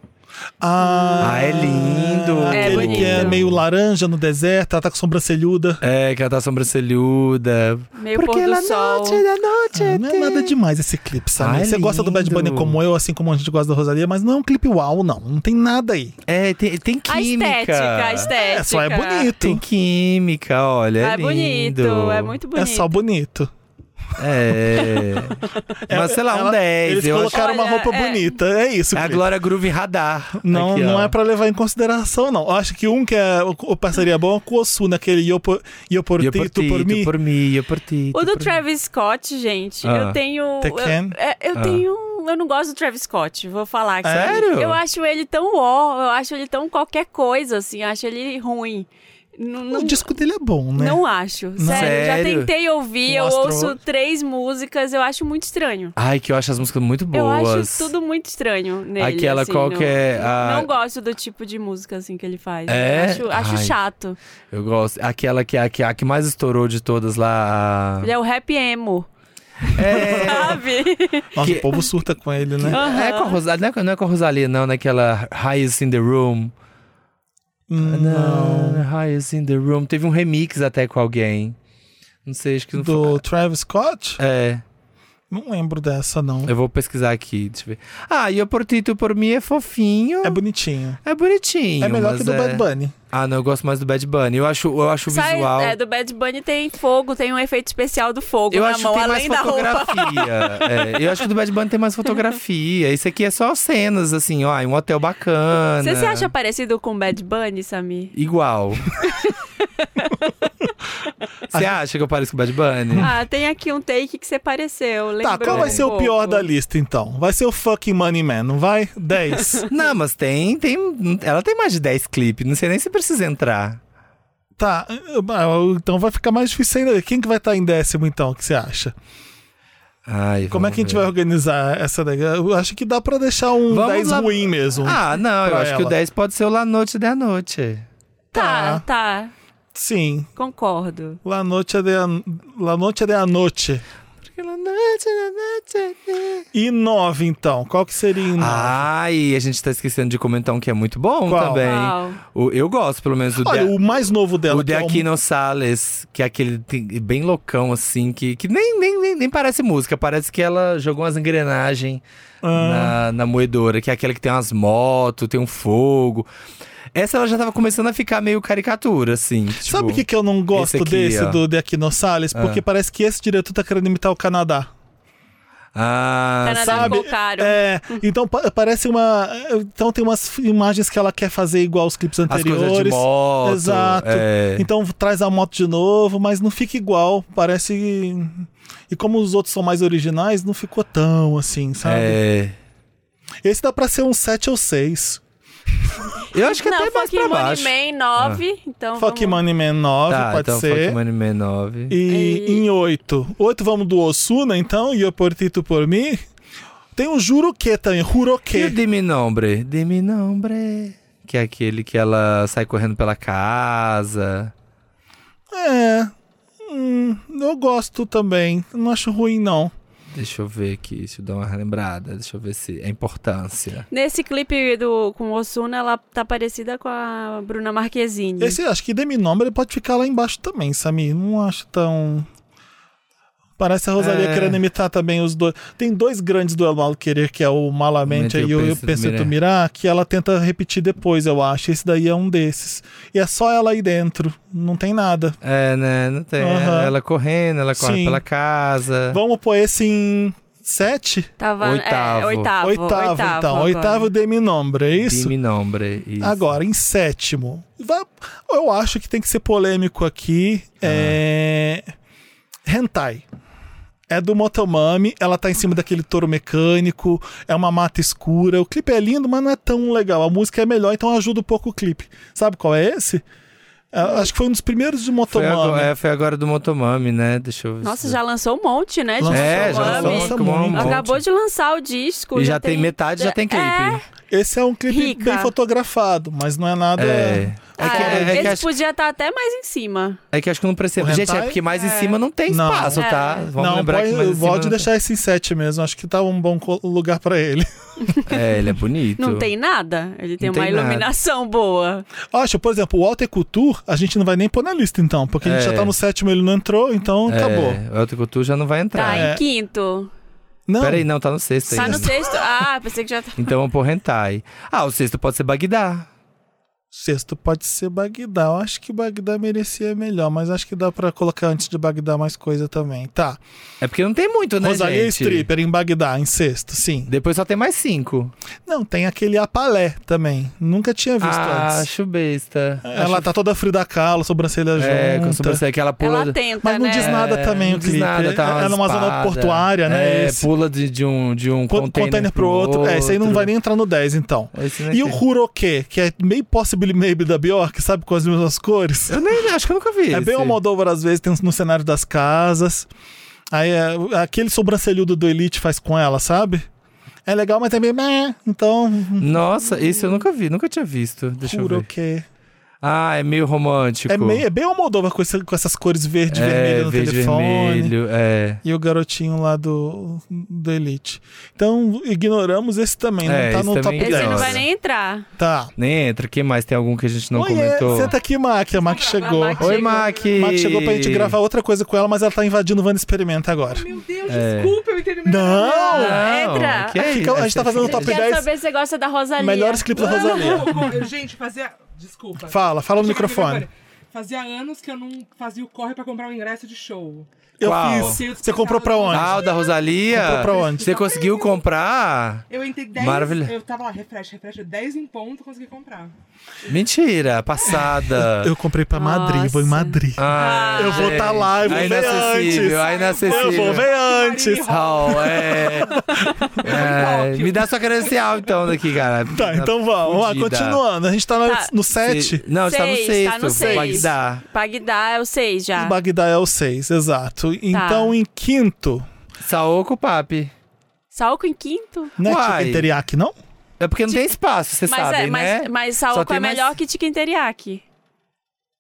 [SPEAKER 3] Ah,
[SPEAKER 2] Ah, é lindo.
[SPEAKER 4] É
[SPEAKER 3] aquele que é
[SPEAKER 4] bonito.
[SPEAKER 3] meio laranja no deserto, ela tá com sobrancelhuda.
[SPEAKER 2] É, que ela tá sobrancelhuda.
[SPEAKER 4] Meio pôr do sol.
[SPEAKER 2] da noite.
[SPEAKER 3] Ah, não é nada demais esse clipe, sabe?
[SPEAKER 2] Ah, é
[SPEAKER 3] Você gosta do Bad Bunny
[SPEAKER 2] lindo.
[SPEAKER 3] como eu, assim como a gente gosta da Rosalia, mas não é um clipe uau, não. Não tem nada aí.
[SPEAKER 2] É, tem, tem
[SPEAKER 4] A
[SPEAKER 2] química.
[SPEAKER 4] estética, a estética.
[SPEAKER 3] É, só é bonito.
[SPEAKER 2] Tem química, olha.
[SPEAKER 4] É,
[SPEAKER 2] É,
[SPEAKER 4] bonito,
[SPEAKER 2] lindo.
[SPEAKER 4] é muito
[SPEAKER 3] É
[SPEAKER 4] bonito.
[SPEAKER 3] só bonito.
[SPEAKER 2] É. Mas sei lá, um
[SPEAKER 3] Ela-
[SPEAKER 2] 10.
[SPEAKER 3] Eles
[SPEAKER 2] eu acho-
[SPEAKER 3] colocaram uma
[SPEAKER 4] Olha,
[SPEAKER 3] roupa
[SPEAKER 4] é.
[SPEAKER 3] bonita. É isso.
[SPEAKER 2] A
[SPEAKER 3] clipe.
[SPEAKER 2] Glória Groove Radar.
[SPEAKER 3] Não,
[SPEAKER 2] Aqui,
[SPEAKER 3] não
[SPEAKER 2] ó.
[SPEAKER 3] é pra levar em consideração, não. Eu acho que um que é o, o parceria bom é com o Osuna, aquele Yo por, yo por
[SPEAKER 2] Eu
[SPEAKER 3] ti,
[SPEAKER 2] por
[SPEAKER 3] tu
[SPEAKER 2] ti,
[SPEAKER 3] por mim.
[SPEAKER 2] tu por mim, eu por ti.
[SPEAKER 4] O
[SPEAKER 2] tu
[SPEAKER 4] do
[SPEAKER 2] por mim.
[SPEAKER 4] Travis Scott, gente,
[SPEAKER 2] Ah.
[SPEAKER 4] eu tenho.
[SPEAKER 3] Tekken?
[SPEAKER 4] Eu, é, eu
[SPEAKER 2] Ah.
[SPEAKER 4] tenho. Eu não gosto do Travis Scott, vou falar aqui.
[SPEAKER 2] Sério?
[SPEAKER 4] Eu acho ele tão ó, eu acho ele tão qualquer coisa, assim, eu acho ele ruim. Não, não,
[SPEAKER 3] O disco dele é bom, né?
[SPEAKER 4] não acho. Sério, já
[SPEAKER 2] Sério?
[SPEAKER 4] tentei ouvir, eu
[SPEAKER 3] Mostra o-
[SPEAKER 4] ouço três músicas, eu acho muito estranho.
[SPEAKER 2] Ai, que eu acho as músicas muito
[SPEAKER 4] Eu
[SPEAKER 2] boas.
[SPEAKER 4] acho tudo muito estranho nele.
[SPEAKER 2] Aquela
[SPEAKER 4] assim,
[SPEAKER 2] qual
[SPEAKER 4] não-
[SPEAKER 2] que é a-
[SPEAKER 4] Não gosto do tipo de música assim que ele faz.
[SPEAKER 2] É?
[SPEAKER 4] Acho, acho
[SPEAKER 2] Ai.
[SPEAKER 4] chato.
[SPEAKER 2] Eu gosto. Aquela que, é a, que, a que mais estourou de todas lá. a-
[SPEAKER 4] Ele é o rap emo,
[SPEAKER 2] É.
[SPEAKER 4] sabe?
[SPEAKER 3] Nossa,
[SPEAKER 2] Que-
[SPEAKER 3] o povo surta com ele, né?
[SPEAKER 2] É com a Rosa- não, é com, não é com a Rosalia, não, naquela Highest in the Room.
[SPEAKER 3] Hum,
[SPEAKER 2] Não, Highest in the Room. Teve um remix até com alguém. Não sei, acho que não foi.
[SPEAKER 3] Do Travis Scott?
[SPEAKER 2] É,
[SPEAKER 3] Não lembro dessa, não.
[SPEAKER 2] eu vou pesquisar aqui, deixa eu ver. Ah, e o Portito por mim é fofinho.
[SPEAKER 3] É bonitinho.
[SPEAKER 2] É bonitinho.
[SPEAKER 3] É melhor
[SPEAKER 2] mas
[SPEAKER 3] que do
[SPEAKER 2] é-
[SPEAKER 3] Bad Bunny.
[SPEAKER 2] Ah, não, eu gosto mais do Bad Bunny. Eu acho, eu acho o
[SPEAKER 4] Sai-
[SPEAKER 2] visual.
[SPEAKER 4] é, do Bad Bunny tem fogo, tem um efeito especial do fogo
[SPEAKER 2] Eu
[SPEAKER 4] na
[SPEAKER 2] acho que
[SPEAKER 4] mão,
[SPEAKER 2] tem mais
[SPEAKER 4] além da roupa.
[SPEAKER 2] fotografia. É, eu acho que do Bad Bunny tem mais fotografia. Isso aqui é só cenas, assim, ó, em um hotel bacana.
[SPEAKER 4] Você se acha parecido com o Bad Bunny, Samir?
[SPEAKER 2] Igual. Você acha que eu pareço com o Bad Bunny?
[SPEAKER 4] Ah, tem aqui um take que você pareceu.
[SPEAKER 3] Tá,
[SPEAKER 4] Lembrou
[SPEAKER 3] qual vai
[SPEAKER 4] um
[SPEAKER 3] ser o pior
[SPEAKER 4] pouco.
[SPEAKER 3] da lista, então? Vai ser o fucking Money Man, não vai? 10.
[SPEAKER 2] Não, mas tem, tem. Ela tem mais de 10 clipes. Não sei nem se precisa entrar.
[SPEAKER 3] tá, ah, então vai ficar mais difícil ainda. Quem que vai estar em décimo, então, o que você acha?
[SPEAKER 2] Ai,
[SPEAKER 3] Como é
[SPEAKER 2] vamos
[SPEAKER 3] que a gente
[SPEAKER 2] ver.
[SPEAKER 3] vai organizar essa... daí? Eu acho que dá pra deixar um
[SPEAKER 2] Vamos
[SPEAKER 3] 10
[SPEAKER 2] lá-
[SPEAKER 3] ruim mesmo.
[SPEAKER 2] Ah, não, eu
[SPEAKER 3] pra
[SPEAKER 2] acho que o
[SPEAKER 3] ela?
[SPEAKER 2] 10 pode ser o La Noite da Noite.
[SPEAKER 4] Tá, tá.
[SPEAKER 3] Sim.
[SPEAKER 4] Concordo.
[SPEAKER 3] La noche de an- La noche de anoche.
[SPEAKER 2] Porque La Noite é da Noite.
[SPEAKER 3] E nove, então. Qual que seria em nove?
[SPEAKER 2] Ah, Ai, a gente tá esquecendo de comentar um que é muito bom
[SPEAKER 3] Qual?
[SPEAKER 2] também.
[SPEAKER 4] Qual?
[SPEAKER 2] O- eu gosto, pelo menos, do
[SPEAKER 3] Olha,
[SPEAKER 2] The-
[SPEAKER 3] o mais novo dela.
[SPEAKER 2] O
[SPEAKER 3] que
[SPEAKER 2] The
[SPEAKER 3] é o-
[SPEAKER 2] Aquino Salles, que é aquele tem- bem loucão, assim, que, que nem, nem, nem, nem parece música, parece que ela jogou umas engrenagens
[SPEAKER 3] Ah.
[SPEAKER 2] na, na moedora, que é aquela que tem umas motos, tem um fogo. Essa ela já tava começando a ficar meio caricatura, assim.
[SPEAKER 3] Sabe o
[SPEAKER 2] tipo,
[SPEAKER 3] que, que eu não gosto
[SPEAKER 2] esse aqui,
[SPEAKER 3] desse
[SPEAKER 2] ó.
[SPEAKER 3] do The Aquino Salles? Porque parece que esse diretor tá querendo imitar o Canadá.
[SPEAKER 2] Ah,
[SPEAKER 4] Canadá
[SPEAKER 2] sim.
[SPEAKER 3] Sabe?
[SPEAKER 4] Tá colocaram.
[SPEAKER 3] É, então pa- parece uma. Então tem umas f- imagens que ela quer fazer igual os clipes
[SPEAKER 2] As coisas de
[SPEAKER 3] anteriores.
[SPEAKER 2] moto.
[SPEAKER 3] Exato.
[SPEAKER 2] é.
[SPEAKER 3] Então traz a moto de novo, mas não fica igual. Parece. E como os outros são mais originais, não ficou tão assim, sabe?
[SPEAKER 2] É.
[SPEAKER 3] Esse dá pra ser um 7 ou 6.
[SPEAKER 2] Eu acho que
[SPEAKER 4] Não,
[SPEAKER 2] até mais
[SPEAKER 4] Fucking
[SPEAKER 2] pra
[SPEAKER 4] Money
[SPEAKER 2] baixo. É.
[SPEAKER 4] Man 9. Então
[SPEAKER 3] Fuck
[SPEAKER 4] vamos...
[SPEAKER 3] Money Man 9,
[SPEAKER 2] tá,
[SPEAKER 3] pode
[SPEAKER 2] então
[SPEAKER 3] ser.
[SPEAKER 2] Fuck Money Man 9.
[SPEAKER 3] E em 8. 8 vamos do Osuna, então, e o Portito por mim. Tem o Juroque também,
[SPEAKER 2] E o
[SPEAKER 3] Juroque.
[SPEAKER 2] Demi Nombre? Demi Nombre. Que é aquele que ela sai correndo pela casa.
[SPEAKER 3] É. Hum, eu gosto também. Não acho ruim, não.
[SPEAKER 2] Deixa eu ver aqui, deixa eu dar uma relembrada. Deixa eu ver se é importância.
[SPEAKER 4] Nesse clipe do, com o Osuna, ela tá parecida com a Bruna Marquezine.
[SPEAKER 3] Esse, acho que Demi Nombre pode ficar lá embaixo também, Samir. Não acho tão. Parece a Rosalia
[SPEAKER 2] É.
[SPEAKER 3] querendo imitar também os dois. Tem dois grandes do El Mal Querer, que é o Malamente
[SPEAKER 2] Malamente
[SPEAKER 3] e o Eu Penso em Tu Mirar, que ela tenta repetir depois, eu acho. Esse daí é um desses. E é só ela aí dentro. Não tem nada.
[SPEAKER 2] É, né? Não tem.
[SPEAKER 3] Aham.
[SPEAKER 2] Ela correndo, ela corre
[SPEAKER 3] Sim.
[SPEAKER 2] pela casa.
[SPEAKER 3] Vamos pôr esse em sete?
[SPEAKER 4] Tava,
[SPEAKER 2] Oitavo.
[SPEAKER 4] É, oitavo.
[SPEAKER 3] oitavo,
[SPEAKER 4] oitavo
[SPEAKER 3] então.
[SPEAKER 4] agora.
[SPEAKER 3] Oitavo Demi Nombre, é isso?
[SPEAKER 2] Demi Nombre. Isso.
[SPEAKER 3] Agora, em sétimo. Vai- Eu acho que tem que ser polêmico aqui. É. Hentai. É do Motomami, ela tá em cima daquele touro mecânico, é uma mata escura. O clipe é lindo, mas não é tão legal. A música é melhor, então ajuda um pouco o clipe. Sabe qual é esse? É, Acho que foi um dos primeiros do
[SPEAKER 2] Foi
[SPEAKER 3] Motomami.
[SPEAKER 2] agora, é, foi agora do Motomami, né? Deixa eu ver.
[SPEAKER 4] Nossa,
[SPEAKER 2] se-
[SPEAKER 4] já lançou um monte, né? de
[SPEAKER 3] Lançou,
[SPEAKER 2] É, já
[SPEAKER 4] Motomami.
[SPEAKER 2] lançou
[SPEAKER 3] Nossa,
[SPEAKER 2] um monte.
[SPEAKER 3] muito.
[SPEAKER 4] Acabou de lançar o disco.
[SPEAKER 2] E já tem metade, já tem clipe.
[SPEAKER 4] É,
[SPEAKER 3] Esse é um clipe
[SPEAKER 4] Rica.
[SPEAKER 3] bem fotografado, mas não é nada.
[SPEAKER 2] É. É que,
[SPEAKER 4] Ah,
[SPEAKER 2] é, que
[SPEAKER 4] esse
[SPEAKER 2] acho,
[SPEAKER 4] podia estar até mais em cima.
[SPEAKER 2] é que acho que eu não percebo.
[SPEAKER 3] O
[SPEAKER 2] Gente, é
[SPEAKER 3] hentai?
[SPEAKER 2] porque mais em cima não tem
[SPEAKER 3] Não.
[SPEAKER 2] espaço,
[SPEAKER 4] É.
[SPEAKER 2] tá? Vamos
[SPEAKER 3] não,
[SPEAKER 2] lembrar que mais em
[SPEAKER 3] pode,
[SPEAKER 2] cima
[SPEAKER 3] pode
[SPEAKER 2] não
[SPEAKER 3] deixar esse em 7 mesmo. Acho que tá um bom co- lugar pra ele.
[SPEAKER 2] tem. É, ele é bonito.
[SPEAKER 4] Não tem nada. Ele tem
[SPEAKER 2] Não
[SPEAKER 4] uma
[SPEAKER 2] tem nada.
[SPEAKER 4] iluminação boa.
[SPEAKER 3] Acho, por exemplo, o Alter Couture, a gente não vai nem pôr na lista então, porque a gente
[SPEAKER 2] É.
[SPEAKER 3] já tá no sétimo, ele não entrou, então
[SPEAKER 2] É,
[SPEAKER 3] acabou.
[SPEAKER 2] O Alto Couture já não vai
[SPEAKER 4] Tá,
[SPEAKER 2] entrar.
[SPEAKER 4] em quinto.
[SPEAKER 3] Não,
[SPEAKER 2] Peraí, não, tá no sexto
[SPEAKER 4] Tá
[SPEAKER 2] ainda.
[SPEAKER 4] no sexto. Ah, pensei que já tá.
[SPEAKER 2] Então vamos pôr hentai. Ah, o sexto pode ser Bagdá.
[SPEAKER 3] sexto pode ser Bagdá. Eu acho que Bagdá merecia melhor, mas acho que dá pra colocar antes de Bagdá mais coisa também. Tá.
[SPEAKER 2] É porque não tem muito, né,
[SPEAKER 3] Rosalia
[SPEAKER 2] gente?
[SPEAKER 3] Stripper em Bagdá, em sexto, sim.
[SPEAKER 2] Depois só tem mais cinco.
[SPEAKER 3] Não, tem aquele Apalé também. Nunca tinha visto
[SPEAKER 2] Ah,
[SPEAKER 3] antes.
[SPEAKER 2] acho besta.
[SPEAKER 3] Ela tá toda Frida Kahlo, sobrancelha junta.
[SPEAKER 2] É, com sobrancelha que ela pula...
[SPEAKER 4] Ela tenta,
[SPEAKER 3] Mas não
[SPEAKER 4] né?
[SPEAKER 3] diz nada
[SPEAKER 2] É,
[SPEAKER 3] também
[SPEAKER 2] não
[SPEAKER 3] o
[SPEAKER 2] diz
[SPEAKER 3] clipe.
[SPEAKER 2] nada, tá
[SPEAKER 3] é numa zona
[SPEAKER 2] espada.
[SPEAKER 3] portuária,
[SPEAKER 2] É,
[SPEAKER 3] né? Esse.
[SPEAKER 2] pula de, de um, de um
[SPEAKER 3] Co-
[SPEAKER 2] container, É,
[SPEAKER 3] pro outro. É, esse aí não vai nem entrar no 10, então.
[SPEAKER 2] Esse não
[SPEAKER 3] E o
[SPEAKER 2] tem.
[SPEAKER 3] Huroke, que é meio Possibly Maybe da Bjork, sabe? Com as mesmas cores.
[SPEAKER 2] Eu nem acho que eu nunca vi
[SPEAKER 3] É
[SPEAKER 2] esse.
[SPEAKER 3] bem o Moldova, às vezes, tem no cenário das casas. Aí é, aquele sobrancelhudo do Elite faz com ela, sabe? É legal, mas também. Meh, então.
[SPEAKER 2] Nossa, esse eu nunca vi, nunca tinha visto. Deixa eu ver.
[SPEAKER 3] Huroke.
[SPEAKER 2] Ah, é meio romântico.
[SPEAKER 3] É, meio, é bem o Moldova com, esse- com essas cores verde e
[SPEAKER 2] É,
[SPEAKER 3] vermelho no
[SPEAKER 2] verde e
[SPEAKER 3] telefone.
[SPEAKER 2] vermelho, é.
[SPEAKER 3] E o garotinho lá do, do Elite. Então, ignoramos esse também. Não
[SPEAKER 2] É,
[SPEAKER 3] tá
[SPEAKER 2] esse
[SPEAKER 3] no top
[SPEAKER 2] também
[SPEAKER 3] 10.
[SPEAKER 4] Esse não
[SPEAKER 2] Ignora.
[SPEAKER 4] vai nem entrar.
[SPEAKER 3] Tá.
[SPEAKER 2] Nem entra, que mais? Tem algum que a gente não
[SPEAKER 3] Oiê,
[SPEAKER 2] comentou?
[SPEAKER 3] senta aqui, Mac. A Mac chegou.
[SPEAKER 4] Mac.
[SPEAKER 3] A
[SPEAKER 2] Oi,
[SPEAKER 4] Chegou.
[SPEAKER 2] Mac!
[SPEAKER 3] Mac chegou pra gente gravar outra coisa com ela, mas ela tá invadindo o Vanda Experimenta agora.
[SPEAKER 5] Meu Deus,
[SPEAKER 2] É.
[SPEAKER 5] desculpa, eu entendi.
[SPEAKER 3] Não!
[SPEAKER 2] Não,
[SPEAKER 4] Entra.
[SPEAKER 2] que é
[SPEAKER 3] Aqui que a gente
[SPEAKER 2] isso?
[SPEAKER 3] tá fazendo o top
[SPEAKER 4] Quero
[SPEAKER 3] 10.
[SPEAKER 4] saber se você gosta da Rosalia.
[SPEAKER 3] Melhores clipes da Rosalia.
[SPEAKER 5] Gente, fazia. Desculpa.
[SPEAKER 3] Fala, fala no
[SPEAKER 5] Chega aqui,
[SPEAKER 3] microfone.
[SPEAKER 5] agora. Fazia anos que eu não fazia o corre pra comprar um ingresso de show.
[SPEAKER 3] Eu
[SPEAKER 2] Qual?
[SPEAKER 3] fiz. Você comprou pra onde?
[SPEAKER 2] Ah, o da Rosalia?
[SPEAKER 3] Comprou pra onde?
[SPEAKER 2] Você conseguiu comprar?
[SPEAKER 5] Eu entrei 10.
[SPEAKER 2] Maravilha.
[SPEAKER 5] Eu tava lá, refresh, refresh, 10 em ponto, consegui comprar.
[SPEAKER 2] Mentira, passada.
[SPEAKER 3] Eu comprei pra Madrid, vou em Madrid.
[SPEAKER 2] Ah,
[SPEAKER 3] Eu vou tá lá, eu vou
[SPEAKER 2] é
[SPEAKER 3] ver antes.
[SPEAKER 2] inacessível, é
[SPEAKER 3] Eu
[SPEAKER 2] inacessível.
[SPEAKER 3] vou ver antes.
[SPEAKER 2] Oh, é.
[SPEAKER 4] Tá
[SPEAKER 2] É, me dá sua credencial então daqui, cara.
[SPEAKER 3] Tá, então vamos lá,
[SPEAKER 2] Fudida.
[SPEAKER 3] continuando. A gente tá na-
[SPEAKER 4] Tá.
[SPEAKER 3] no
[SPEAKER 2] Se-
[SPEAKER 3] 7.
[SPEAKER 2] Não, está no
[SPEAKER 4] Seis,
[SPEAKER 2] sexto.
[SPEAKER 4] tá no seis.
[SPEAKER 2] Bagdá.
[SPEAKER 4] Pagdá é o 6 já.
[SPEAKER 3] Bagdá é o 6, exato. Então, em quinto,
[SPEAKER 4] é,
[SPEAKER 2] Saoko Papi.
[SPEAKER 4] Salco em quinto.
[SPEAKER 3] não é
[SPEAKER 2] Uai.
[SPEAKER 3] Chicken Teriyaki, não?
[SPEAKER 2] É porque não tem espaço, você
[SPEAKER 4] Mas,
[SPEAKER 2] sabe,
[SPEAKER 4] é, mas,
[SPEAKER 2] né?
[SPEAKER 4] mas
[SPEAKER 2] Só
[SPEAKER 4] Salco
[SPEAKER 2] tem
[SPEAKER 4] é
[SPEAKER 2] mais-
[SPEAKER 4] melhor que Chicken Teriyaki.